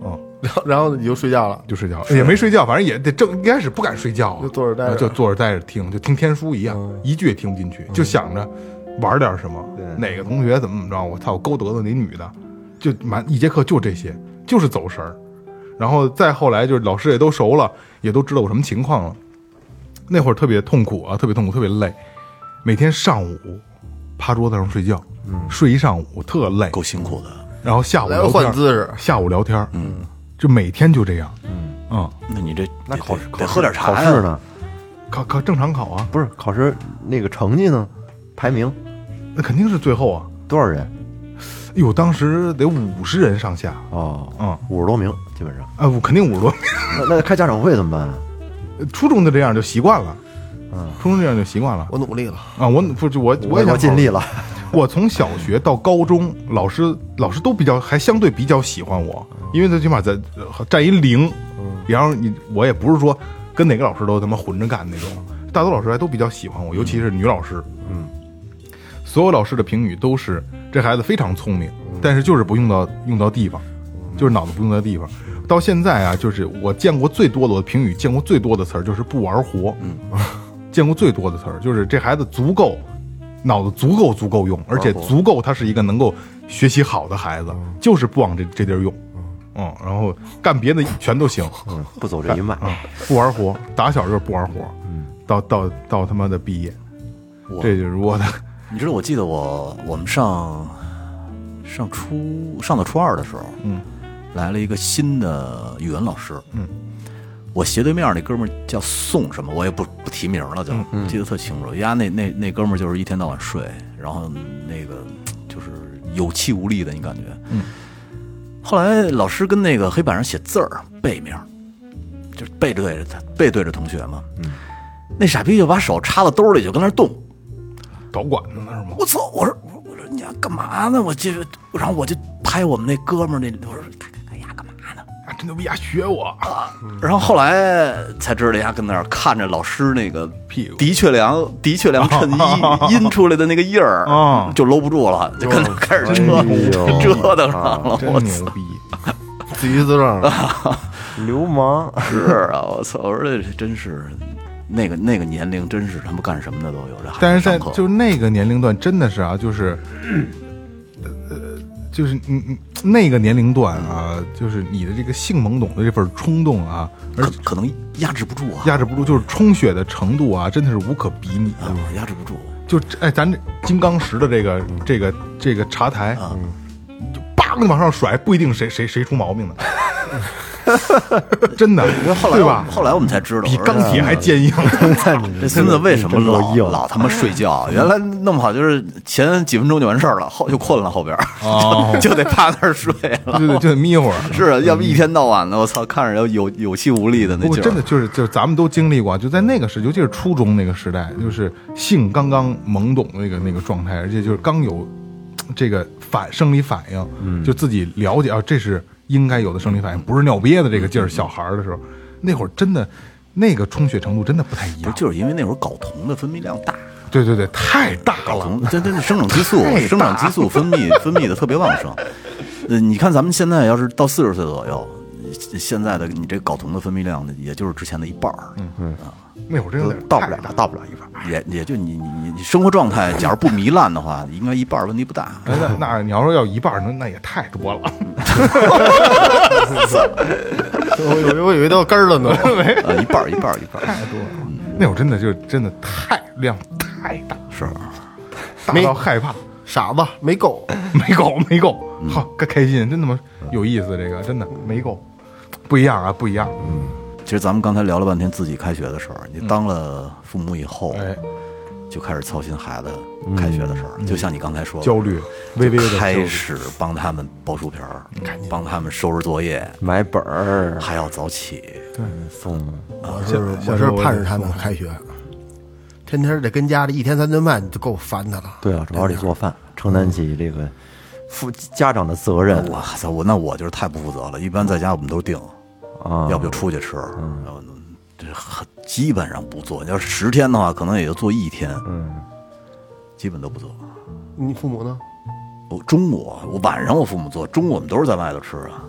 C: 然后然后你就睡觉了。
B: 就睡觉了，也没睡觉，反正也得正应该是不敢睡觉啊，
C: 就坐着待着嗯
B: 啊就坐着待着听，就听天书一样，一句也听不进去，就想着玩点什么，哪个同学怎么怎么着，我操，我勾得了哪女的，就满一节课就这些，就是走神儿。然后再后来就是老师也都熟了，也都知道我什么情况了。那会儿特别痛苦啊，特别痛苦，特别累，每天上午趴桌子上睡觉，睡一上午特累，
D: 够辛苦的。
B: 然后下午
C: 嗯来
B: 聊
C: 回
B: 天
C: 换嗯
B: 儿，
C: 姿势，
B: 下午聊天儿，就每天就这样，嗯，
D: 那你这
A: 那
D: 得
A: 考试
D: 得得喝点茶
A: 考
D: 呀
A: 试呢？
B: 考考正常考啊，
A: 不是考试那个成绩呢？排名
B: 那肯定是最后啊。
A: 多少人？
B: 哎呦，当时得五十人上下，
A: 哦，
B: 嗯，
A: 五十多名基本上。
B: 啊，我肯定五十多。 [laughs]
A: 那那开家长会怎么办啊？
B: 初中就这样就习惯了，
A: 嗯，
B: 初中这样就习惯了
C: 我努力了，
B: 啊。我不是我，
A: 我
B: 也想
A: 我尽力
B: 了。
A: 了。
B: 我从小学到高中，老师老师都比较还相对比较喜欢我，因为最起码在呃占一零，然后你我也不是说跟哪个老师都他妈混着干那种，大多老师还都比较喜欢我，尤其是女老师，嗯，所有老师的评语都是这孩子非常聪明，但是就是不用到用到地方，就是脑子不用到地方。到现在啊，就是我见过最多的我的评语，见过最多的词儿就是不玩活，嗯，见过最多的词儿就是这孩子足够。脑子足够足够用，而且足够他是一个能够学习好的孩子，就是不往这这地儿用，嗯，然后干别的全都行，
A: 嗯，不走这一脉。
B: 啊，不玩活，打小就是不玩活，到到到他妈的毕业，
D: 哇
B: 这就是我的
D: 你知道，我记得我我们上上初上到初二的时候，
B: 嗯，
D: 来了一个新的语文老师，
B: 嗯，
D: 我斜对面那哥们儿叫宋什么，我也不不提名了，就、
B: 嗯
D: 记得特清楚。丫那那那哥们儿就是一天到晚睡，然后那个就是有气无力的，你感觉，
B: 嗯。
D: 后来老师跟那个黑板上写字儿，背面儿，就是背对着他，背对着同学嘛。嗯，那傻逼就把手插到兜里，就跟那儿动。
B: 导管的那是吗？
D: 我操！我说我说我说你要干嘛呢？我这，然后我就拍我们那哥们儿那，我说哎呀干嘛呢？
B: 啊，真牛逼啊，学我
D: 然后后来才知道，丫跟那儿看着老师那个
B: 屁股
D: 的
B: [laughs]
D: 确良的确良衬衣印出来的那个印儿
B: 哦，
D: 就搂不住了，就跟那儿开始折
A: 哎呦
D: 折 [laughs] 腾上了。
B: 真
D: 我
B: 牛逼！
C: 自娱自乐。
A: 流氓，
D: 是啊，我操！我说这真是那个那个年龄，真是他们干什么的都有。这孩子
B: 但是在
D: 上课
B: 就是那个年龄段，真的是啊，就是，呃，就是你你那个年龄段啊，就是你的这个性懵懂的这份冲动啊，而
D: 可可能压制不住啊，
B: 压制不住，就是充血的程度啊，真的是无可比拟的
D: 啊。压制不住。
B: 就这哎，咱这金刚石的这个
D: 嗯
B: 这个这个茶台，
D: 啊
B: 就叭往上甩，不一定谁谁谁出毛病呢。 [laughs] 真
D: [laughs]
B: 的，
D: 因为后来
B: 对
D: 我
B: 吧？
D: 后来我们才知道，
B: 比
D: 我说
B: 钢铁还坚硬。 [laughs] 嗯
D: 这孙子为什么老
A: 真够硬
D: 老他妈睡觉？原来弄不好就是前几分钟就完事儿了，后就困了，后边儿
B: 哦
D: [laughs] 就就得趴那儿睡了。
B: 对对，就得眯一会儿。
D: 是啊，要不一天到晚的，我操，看着要有有气无力的那
B: 不过
D: 劲儿。
B: 真的就是就是咱们都经历过啊，就在那个时，尤其是初中那个时代，就是性刚刚懵懂那个那个状态，而且就是刚有这个反生理反应，就自己了解啊，这是应该有的生理反应，不是尿憋的这个劲儿。小孩儿的时候，那会儿真的那个充血程度真的不太一
D: 不
B: 样
D: 是。就是因为那会儿睾酮的分泌量大，
B: 对对对，太大
D: 睾
B: 了。
D: 酮真真的生长激素，生长激素分泌分泌的特别旺盛。呃，你看咱们现在要是到四十岁左右，现在的你这睾酮的分泌量呢，也就是之前的一半儿。嗯
B: 那会儿真的有点
A: 到不了
B: 太大，
A: 到不了一半。
D: 也也就你你你你生活状态，假如不糜烂的话，应该一半儿问题不大。
B: 哎那那你要说要一半儿，那那也太多了。 [laughs]
C: 我以为我以为都要根儿了 [laughs] 呢。
D: 呃，一半儿一半儿一半儿，
B: 那会儿真的就是真的太量太大，
D: 是啊
B: 大
C: 没
B: 到害怕。
C: 傻子没够，
B: [laughs] 没够，没够，好，该开心，真他妈有意思，这个真的没够，不一样啊，不一样，
D: 其实咱们刚才聊了半天自己开学的事儿，你当了父母以后，
B: 哎，
D: 就开始操心孩子开学的事儿，就像你刚才说的，
B: 嗯焦虑，微微的焦
D: 开
B: 虑，
D: 始帮他们包书皮儿，帮他们收拾作业，
A: 买本儿
D: 还要早起。
A: 送
C: 我
B: 现
C: 是
B: 现
C: 我
B: 在
C: 是
B: 我
C: 盼着他们开学，天天得跟家里一天三顿饭就够烦的了。
A: 对了，主要得做饭，承担起这个父家长的责任
D: 哇塞，我那我就是太不负责了。一般在家我们都订，
A: 啊。
D: 要不就出去吃，
B: 嗯
D: 然后这很基本上不做。你要是十天的话，可能也就做一天，嗯，基本都不做。
C: 你父母呢？
D: 我中午我晚上我父母做，中午我们都是在外头吃啊，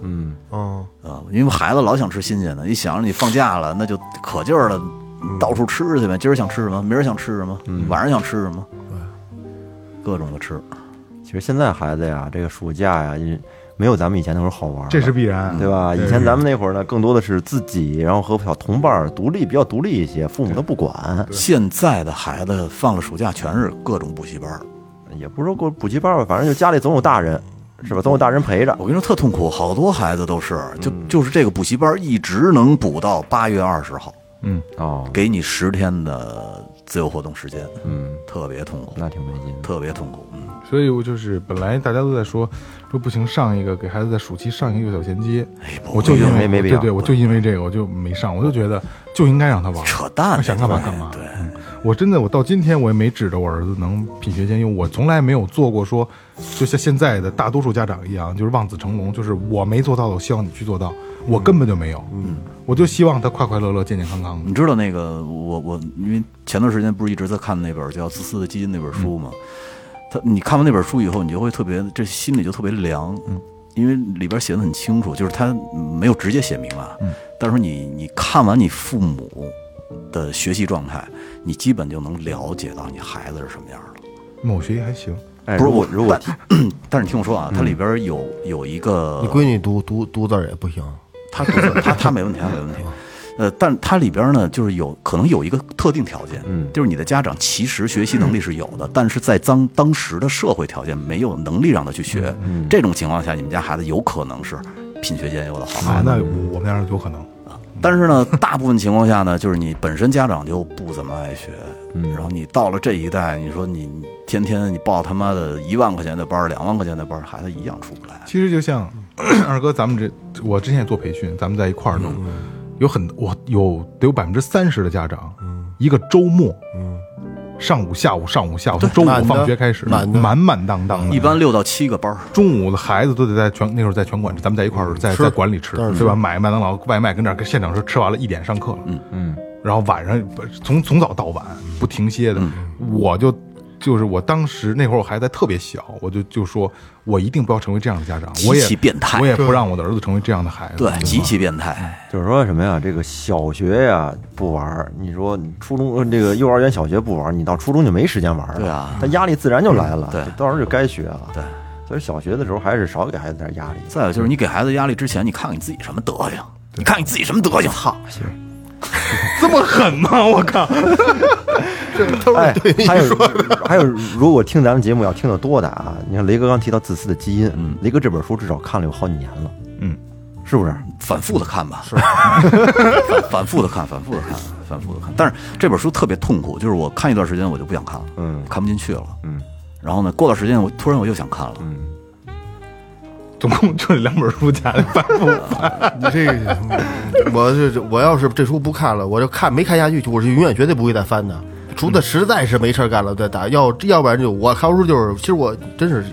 B: 哦
C: 嗯，
D: 啊，因为孩子老想吃新鲜的，一想着你放假了，那就可劲儿了，到处吃去呗。今儿想吃什么，明儿想吃什么，晚上想吃什么，各种的吃。
A: 其实现在孩子呀，这个暑假呀，也没有咱们以前那会儿好玩儿了，
B: 这是必然，
A: 对吧？以前咱们那会儿呢，更多的是自己，然后和小同伴儿独立，比较独立一些，父母都不管，
D: 现在的孩子放了暑假全是各种补习班儿，
A: 也不是说过补习班儿吧，反正就家里总有大人，是吧？总有大人陪着
D: 我，跟你说特痛苦，好多孩子都是，就就是这个补习班儿一直能补到八月二十号。
B: 嗯，
A: 哦，
D: 给你十天的自由活动时间，
A: 嗯，
D: 特别痛苦，
A: 那挺没劲的。
D: 特别痛苦，嗯，
B: 所以我就是本来大家都在说，说不行，上一个给孩子在暑期上一个幼小衔接，
D: 哎，不
B: 我就因为
A: 没没必要
B: 对对，我就因为这个我就没上，我就觉得就应该让他玩，
D: 扯淡，
B: 想干嘛干嘛
D: 对，
B: 我真的，我到今天我也没指着我儿子能品学兼优，我从来没有做过说，就像现在的大多数家长一样，就是望子成龙，就是我没做到的，我希望你去做到，我根本就没有，嗯，我就希望他快快乐乐、健健康康的
D: 你。知道那个我我因为前段时间不是一直在看那本叫《自私的基因》那本书吗？他你看完那本书以后，你就会特别这心里就特别凉，因为里边写的很清楚，就是他没有直接写明啊，但是你你看完你父母的学习状态，你基本就能了解到你孩子是什么样的。
B: 那我学习还行，
A: 哎，
D: 不是
A: 如果
D: 我
A: 如果
D: 但是你听我说啊，它里边有有一个
C: 你闺女读读读字儿也不行，
D: 他不是他他没问题，他没问题。呃，但它里边呢，就是有可能有一个特定条件，
A: 嗯
D: 就是你的家长其实学习能力是有的，但是在当当时的社会条件没有能力让他去学，这种情况下，你们家孩子有可能是品学兼优的好孩
B: 啊，
D: 子。
B: 那我们家有可能，
D: 但是呢，大部分情况下呢，就是你本身家长就不怎么爱学，然后你到了这一代，你说你你天天你报他妈的一万块钱的班儿，两万块钱的班儿，孩子一样出不来。
B: 其实就像 [clears throat] 二哥，咱们这我之前也做培训，咱们在一块儿弄，
C: 嗯
B: 有很我有得有百分之三十的家长，
C: 嗯
B: 一个周末，上午、下午、上午、下午，从周
C: 满
B: 五
C: 的
B: 放学开始，
C: 满的
B: 满满当当的
D: 一。般六到七个班儿，
B: 中午的孩子都得在全那时候在全馆吃，咱们在一块儿在
C: 吃
B: 在馆里吃
C: 当然，
B: 对吧？买麦当劳外卖跟这儿跟现场吃，吃完了一点上课了，嗯嗯，然后晚上不从从早到晚不停歇的，我就。就是我当时那会儿我还在特别小，我就就说，我一定不要成为这样的家长，
D: 极
B: 我也
D: 其变态
B: 我也不让我的儿子成为这样的孩子。嗯
D: 对，极
B: 吗
D: 其变态，
A: 就是说什么呀？这个小学呀不玩儿，你说你初中呃这个幼儿园、小学不玩儿，你到初中就没时间玩儿了。
D: 对啊
A: 他压力自然就来了，
D: 对
A: 就到时候就该学了。
D: 对。
A: 所以小学的时候还是少给孩子点压力。
D: 再有就是你给孩子压力之前，你看看你自己什么德行，你看你自己什么德行。操，
B: 这么狠吗？我靠！
A: [laughs] 哎，还有还有，如果听咱们节目要听得多的啊，你看雷哥刚提到《自私的基因》，
D: 嗯
A: 雷哥这本书至少看了有好几年了，
B: 嗯，
A: 是不是？
D: 反复的看吧，是，反复的看，反复的看，反复的看。但是这本书特别痛苦，就是我看一段时间我就不想看了，
A: 嗯
D: 看不进去了，
A: 嗯。
D: 然后呢，过段时间我突然我又想看了，
B: 总共就这两本书加的反复
C: 你这个，我这我要是这书不看了，我就看没看下去，我是永远绝对不会再翻的。除了实在是没事儿干了再打，要要不然就我看书就是，其实我真是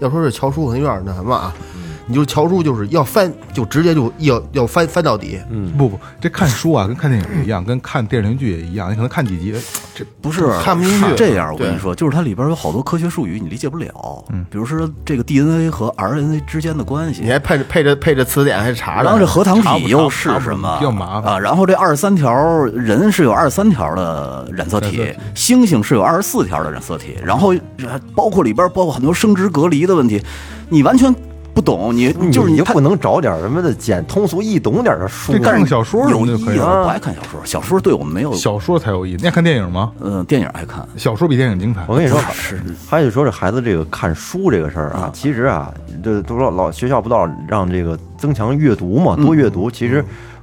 C: 要说是瞧书可能有点那什么啊，
D: 嗯
C: 你就瞧书就是要翻就直接就要要翻翻到底，
D: 嗯
B: 不不，这看书啊，跟看电影一样，跟看电视剧也一样。你可能看几集，哎这
D: 不是
C: 看不进去
D: 是这样，我
C: 对
D: 跟你说，就是它里边有好多科学术语你理解不了，比如说这个 DNA 和 RNA 之间的关系
C: 你，还配着配着配着词典还查
D: 然后
C: 查
D: 这，核糖
B: 查不
D: 体又是
B: 查不
D: 什么？
B: 比较麻烦
D: 啊。然后这二十三条人是有二十三条的染色体，猩猩是有二十四条的染色体，然后包括里边包括很多生殖隔离的问题，你完全不懂，你嗯就是
A: 你
D: 你
A: 就
D: 看
A: 不能找点什么的简通俗易懂点的书
B: 这
A: 吗？
B: 看个小说什
D: 有
B: 么
D: 意
B: 就可
D: 义
B: 以
D: 啊，我
B: 了。
D: 不爱看小说，小说对我们没有，
B: 小说才有意义。你爱看电影吗？
D: 嗯、电影爱看，
B: 小说比电影精彩
A: 我。跟你说，
D: 是
A: 还得说这孩子这个看书这个事儿啊，其实啊，这都说老学校不老让这个增强阅读嘛，多阅
D: 嗯
A: 读。其实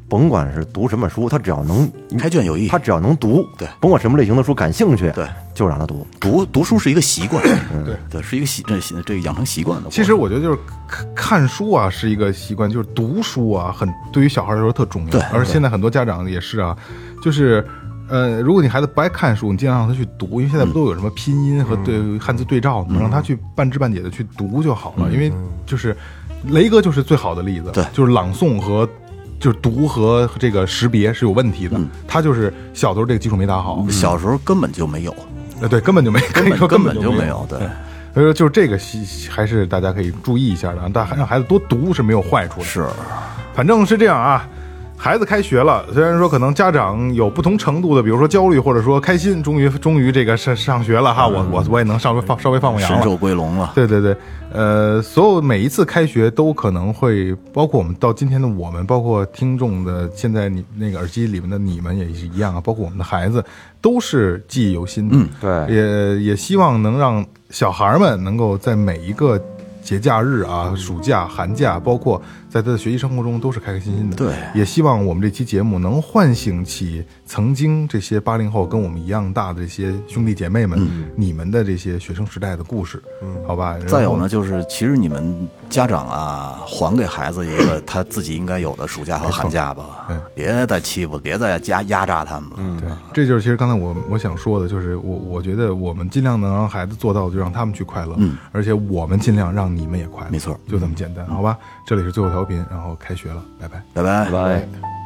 A: 甭管是读什么书，他只要能，
D: 开卷有益
A: 他。只要能读，
D: 嗯对
A: 甭管什么类型的书感兴趣，
D: 对，
A: 就让他读。
D: 读读书是一个习惯，对嗯对，是一个习这习这个养成习惯的过程。
B: 其实我觉得就是看看书啊是一个习惯，就是读书啊很对于小孩来说特重要。
D: 对
B: 而现在很多家长也是啊，就是呃，如果你孩子不爱看书，你尽量让他去读，因为现在不都有什么拼音和对、
D: 嗯
B: 汉字对照的吗？让他去半知半解的去读就好了。因为就是雷哥就是最好的例子，
D: 对
B: 就是朗诵和。就是读和这个识别是有问题
D: 嗯
B: 的，他就是小时候这个基础没打好，
D: 小时候根本就没有，
B: 呃，对，根本就没，
D: 嗯根
B: 可以
D: 本
B: 说
D: 根
B: 本
D: 本就
B: 没
D: 没有，对，
B: 所以说，就是这个西还是大家可以注意一下的，啊但还让孩子多读是没有坏处的。
D: 是，
B: 反正是这样啊。孩子开学了，虽然说可能家长有不同程度的，比如说焦虑或者说开心，终于终于这个上上学了哈，我我我也能稍微放稍微放放羊
D: 嗯神
B: 了。
D: 兽归笼了。
B: 对对对，呃，所有每一次开学都可能会，包括我们到今天的我们，包括听众的现在你那个耳机里面的你们也是一样啊，包括我们的孩子，都是记忆犹新的。
D: 嗯
A: 对
B: 也也希望能让小孩儿们能够在每一个节假日啊、
D: 嗯
B: 暑假、寒假，包括在他的学习生活中，都是开开心心的。
D: 对
B: 也希望我们这期节目能唤醒起曾经这些八零后跟我们一样大的这些兄弟姐妹们，你们的这些学生时代的故事，好吧？然后
D: 嗯再有呢，，就是其实你们家长啊，还给孩子一
B: [coughs]
D: 个他自己应该有的暑假和寒假吧
B: 嗯，
D: 别再欺负，别再压压榨他们了。
B: 对，这就是其实刚才我我想说的，就是我我觉得我们尽量能让孩子做到，就让他们去快乐，
D: 嗯
B: 而且我们尽量让你们也快乐，
D: 没错，嗯
B: 就这么简单，好吧？这里是最后调频，然后开学了，拜拜。
D: 拜拜
A: 拜。拜。